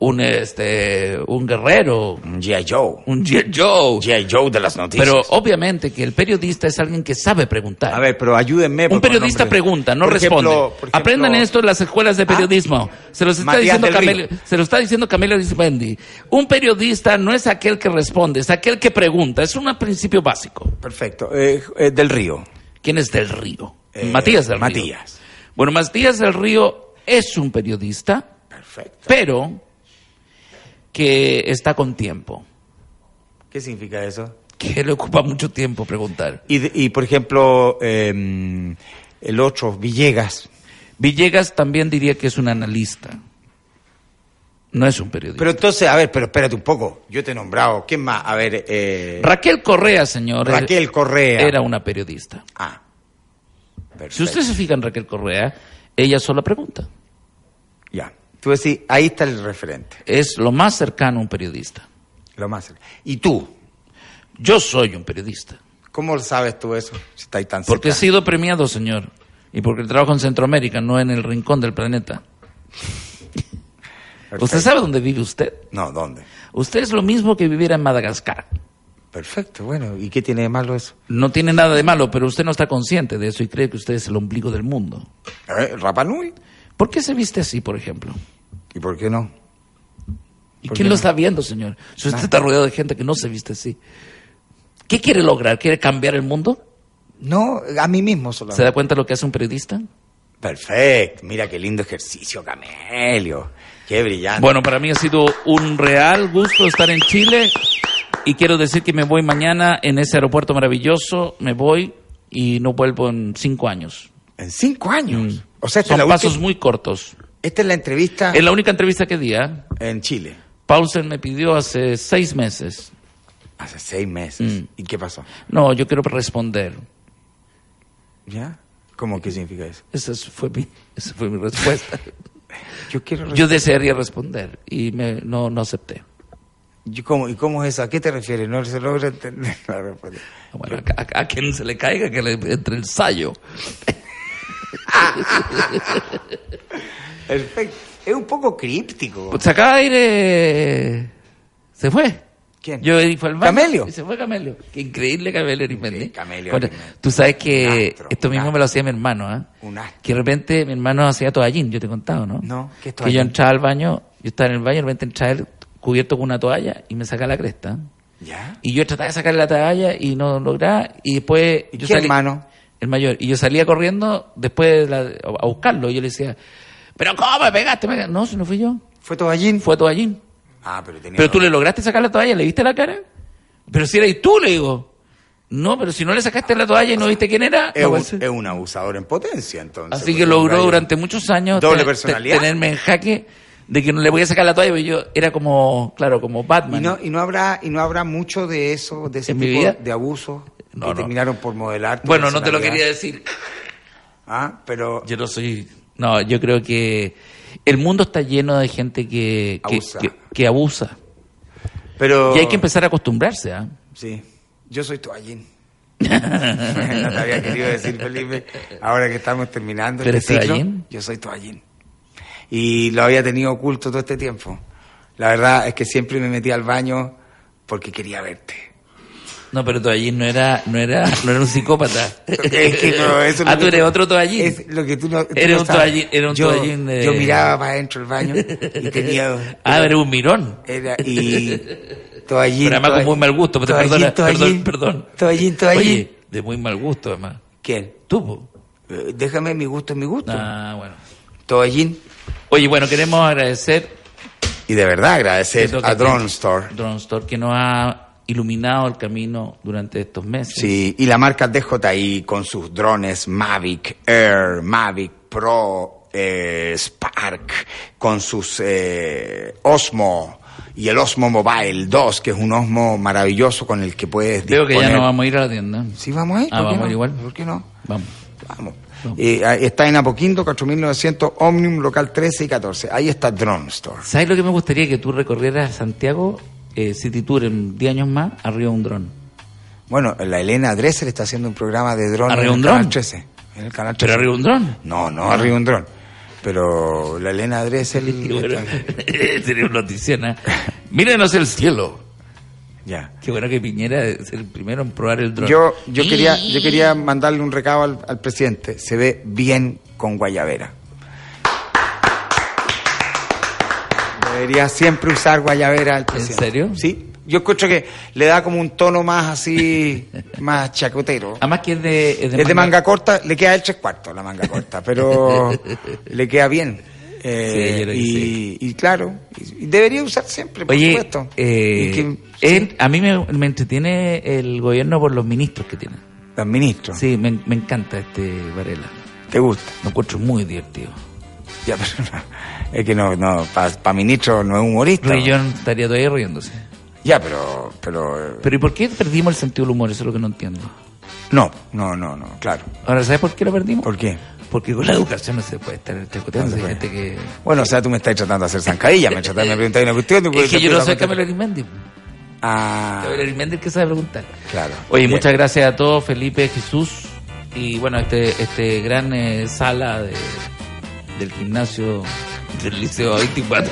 A: un este un guerrero,
D: Un G.I. Joe.
A: un G.I. Joe.
D: Un G.I. Joe de las noticias.
A: Pero obviamente que el periodista es alguien que sabe preguntar.
D: A ver, pero ayúdenme.
A: un
D: por- con
A: periodista
D: nombres.
A: pregunta, no
D: Por ejemplo,
A: responde.
D: por ejemplo, ah,
A: Aprendan esto en las escuelas de periodismo. se los está
D: Matías
A: diciendo
D: del
A: Camilo,
D: Río.
A: se lo está diciendo Camilo Arismendi. Un periodista no es aquel que responde, es aquel que pregunta, es un principio básico.
D: Perfecto. Eh, eh, del Río.
A: ¿Quién es del Río?
D: Eh,
A: Matías del Río.
D: Matías.
A: Bueno, Matías del Río es un periodista,
D: Perfecto.
A: pero que está con tiempo,
D: ¿Qué significa eso?
A: que le ocupa mucho tiempo preguntar.
D: Y, de- y, por ejemplo, eh, el otro, Villegas.
A: Villegas también diría que es un analista. No es un periodista.
D: Pero entonces, a ver, pero espérate un poco. Yo te he nombrado. ¿Quién más? A ver, eh,
A: Raquel Correa, señor.
D: Raquel Correa.
A: Era una periodista.
D: Ah. Perfecto.
A: Si ustedes se fijan, Raquel Correa, ella sola pregunta.
D: Ya. Tú decís, ahí está el referente.
A: Es lo más cercano a un periodista.
D: Lo más. cerca. ¿Y tú?
A: Yo soy un periodista.
D: ¿Cómo sabes tú eso? Si estáis tan
A: Porque he
D: cerca.
A: sido premiado, señor. Y porque trabajo en Centroamérica, no en el rincón del planeta.
D: Perfecto.
A: ¿Usted sabe dónde vive usted?
D: No, ¿dónde?
A: Usted es lo mismo que viviera en Madagascar.
D: Perfecto, bueno. ¿Y qué tiene de malo eso?
A: No tiene nada de malo, pero usted no está consciente de eso y cree que usted es el ombligo del mundo.
D: Eh, Rapa Nui.
A: ¿Por qué se viste así, por ejemplo?
D: ¿Y por qué no?
A: ¿Y quién
D: ¿Por qué
A: lo
D: no?
A: está viendo, señor? Si usted está rodeado de gente que no se viste así. ¿Qué quiere lograr? ¿Quiere cambiar el mundo?
D: No, a mí mismo
A: ¿Se
D: solamente.
A: da cuenta lo que hace un periodista?
D: Perfecto. Mira qué lindo ejercicio, Camelio. Qué brillante.
A: Bueno, para mí ha sido un real gusto estar en Chile y quiero decir que me voy mañana en ese aeropuerto maravilloso, me voy y no vuelvo en cinco años.
D: En cinco años.
A: Mm.
D: O sea, esta es, la
A: Son pasos
D: última- Ah.
A: muy cortos.
D: esta es la entrevista
A: Es la única entrevista que di, ¿eh?
D: en Chile.
A: Paulsen me pidió hace seis meses.
D: Hace seis meses.
A: Mm.
D: ¿Y qué pasó?
A: No, yo quiero responder.
D: ¿Ya? ¿Cómo qué significa eso?
A: Esa es- fue mi, esa fue mi respuesta.
D: Yo quiero...
A: Yo desearía responder y me, no, no acepté.
D: Yo, ¿cómo- ¿Y cómo es eso? ¿A qué te refieres? No se logra entender la respuesta.
A: Bueno, a, a- a quien se le caiga que le entre el sayo.
D: Perfecto. Es un poco críptico.
A: Pues acá aire. Se fue.
D: ¿Quién?
A: Yo y fue al baño
D: ¿Camelio?
A: Y se fue Camelio. Qué increíble Camelio Arismendi.
D: Sí, Camelio
A: Bueno,
D: Arismendi.
A: tú sabes
D: Un
A: que
D: astro,
A: esto
D: un
A: mismo
D: astro.
A: me lo hacía mi hermano, ¿ah?
D: Un astro.
A: Que de repente mi hermano hacía toallín, yo te he contado, ¿no?
D: No, ¿qué es
A: Que yo
D: toallín?
A: entraba al baño, yo estaba en el baño, de repente entraba él cubierto con una toalla y me sacaba la cresta.
D: ¿Ya?
A: Y yo trataba de sacarle la toalla y no lograba. Y después.
D: ¿Y
A: yo
D: qué hermano?
A: El mayor. Y yo salía corriendo después de la- a buscarlo. Y yo le decía, ¿pero cómo? me pegaste? me pegaste?". No, si no fui yo.
D: ¿Fue Toballín?
A: Fue Toallín.
D: Ah, pero tenía...
A: Pero tú le lograste sacar la toalla, ¿le viste la cara? Pero si eres tú, le digo. No, pero si no le sacaste la toalla y no viste quién era.
D: Es
A: no
D: un,
A: puede ser.
D: es un abusador en potencia, entonces.
A: Así
D: porque
A: que
D: un
A: logró
D: gallo-
A: durante muchos años
D: Doble
A: te- te-
D: personalidad.
A: tenerme en jaque de que no le voy a sacar la toalla. Pero yo era como, claro, como Batman.
D: Y no, y no habrá y no habrá mucho de eso, de ese
A: ¿En mi
D: tipo
A: vida?
D: de abuso
A: No,
D: que
A: no.
D: terminaron por modelar. tu
A: bueno, no te lo
D: personalidad.
A: quería decir.
D: Ah, pero
A: Yo no soy. No, yo creo que el mundo está lleno de gente que, que,
D: Abusa. Oh.
A: que- que abusa.
D: pero
A: Y hay que empezar a acostumbrarse. ¿ah?
D: Sí. Yo soy Toallín. (laughs) no te (laughs) había querido decir, Felipe. Ahora que estamos terminando
A: ¿Pero
D: este
A: es
D: ciclo,
A: Toallín?
D: yo soy Toallín. Y lo había tenido oculto todo este tiempo. La verdad es que siempre me metí al baño porque quería verte.
A: No, pero Toallín no era, no era, no era un psicópata.
D: Es que no, eso es
A: ah,
D: lo
A: tú
D: que
A: eres
D: tú-
A: otro Toallín.
D: Es (laughs) lo que tú no, tú
A: Era
D: no
A: un
D: sabes.
A: toallín- era un
D: yo,
A: toallín de-
D: Yo miraba para adentro del baño y tenía...
A: Ah, eres un mirón.
D: Era, y toallín...
A: pero además con
D: toallín.
A: muy mal gusto. Pero
D: Toallín,
A: perdona, perdón,
D: toallín.
A: perdón.
D: Toallín, toallín.
A: Oye, de muy mal gusto, además.
D: ¿Quién?
A: Tú, po.
D: Eh, Déjame mi gusto, mi gusto.
A: Ah, bueno.
D: Toallín.
A: Oye, bueno, queremos agradecer
D: Y de verdad agradecer
A: Es lo que
D: a
A: tiene.
D: Drone Store.
A: Drone Store que nos ha iluminado el camino durante estos meses.
D: Sí, y la marca DJI con sus drones Mavic Air, Mavic Pro, eh, Spark, con sus eh, Osmo, y el Osmo Mobile 2, que es un Osmo maravilloso con el que puedes
A: Creo que ya
D: disponer-
A: no vamos a ir a la tienda.
D: Sí, vamos ahí.
A: Ah,
D: ¿por qué
A: vamos
D: no?
A: igual.
D: ¿Por qué no?
A: Vamos.
D: Vamos. Eh, ah, está en Apoquindo, 4900 Omnium, local 13 y 14. Ahí está Drone Store.
A: ¿Sabes lo que me gustaría? Que tú recorrieras Santiago eh, City Tour en 10 años más arriba de un dron.
D: Bueno, la Elena Dresser está haciendo un programa de drone
A: ¿Arriba
D: en el
A: un
D: canal
A: dron?
D: 13. En el canal 13.
A: ¿Pero arriba de un
D: (laughs)
A: dron?
D: No, no, arriba un dron. Pero la Elena Dresser.
A: (laughs) Y bueno, sería una noticia, ¿no? Mírenos el cielo.
D: ya.
A: Qué bueno que Piñera es el primero en probar el dron.
D: Yo, yo, quería, yo quería mandarle un recado al, al presidente. Se ve bien con Guayavera. Debería siempre usar Guayavera al presidente.
A: serio?
D: Sí. Yo escucho que le da como un tono más
A: (laughs)
D: así, más chacotero.
A: Además que es de, es
D: es de manga corta, le queda el tres cuartos la manga corta,
A: (laughs)
D: pero le queda bien. Eh,
A: Sí, yo creo que
D: y,
A: sí.
D: y claro, y- y debería usar siempre, por
A: Oye,
D: supuesto.
A: eh,
D: Y que-
A: él- a mí me, me entretiene el gobierno por los ministros que tiene.
D: los ministros,
A: Sí, me, me encanta este Varela.
D: te gusta.
A: Lo encuentro muy divertido.
D: Ya, pero no, es que no, no para ministro no es humorista.
A: Rui John estaría todavía riéndose.
D: Ya, pero, pero, eh,
A: Pero ¿y por qué perdimos el sentido del humor? Eso es lo que no entiendo.
D: no, no, no, no, claro.
A: Ahora, ¿sabes por qué lo perdimos?
D: ¿Por qué?
A: Porque con la educación no se puede estar
D: No
A: chacoteando.
D: se
A: Hay
D: puede.
A: gente que...
D: Bueno, o sea, tú me estás tratando de hacer zancadilla, me estás me preguntas una cuestión. tú-
A: Eh, Es que
D: te
A: yo no
D: pido
A: soy
D: la
A: Camilo
D: cuestión.
A: Arismendi. po.
D: Ah,
A: Camilo Arismendi es el que sabe preguntar.
D: claro.
A: Oye,
D: Bien.
A: muchas gracias a todos, Felipe, Jesús. Y bueno, este, este gran eh, sala de, del gimnasio del Liceo 24.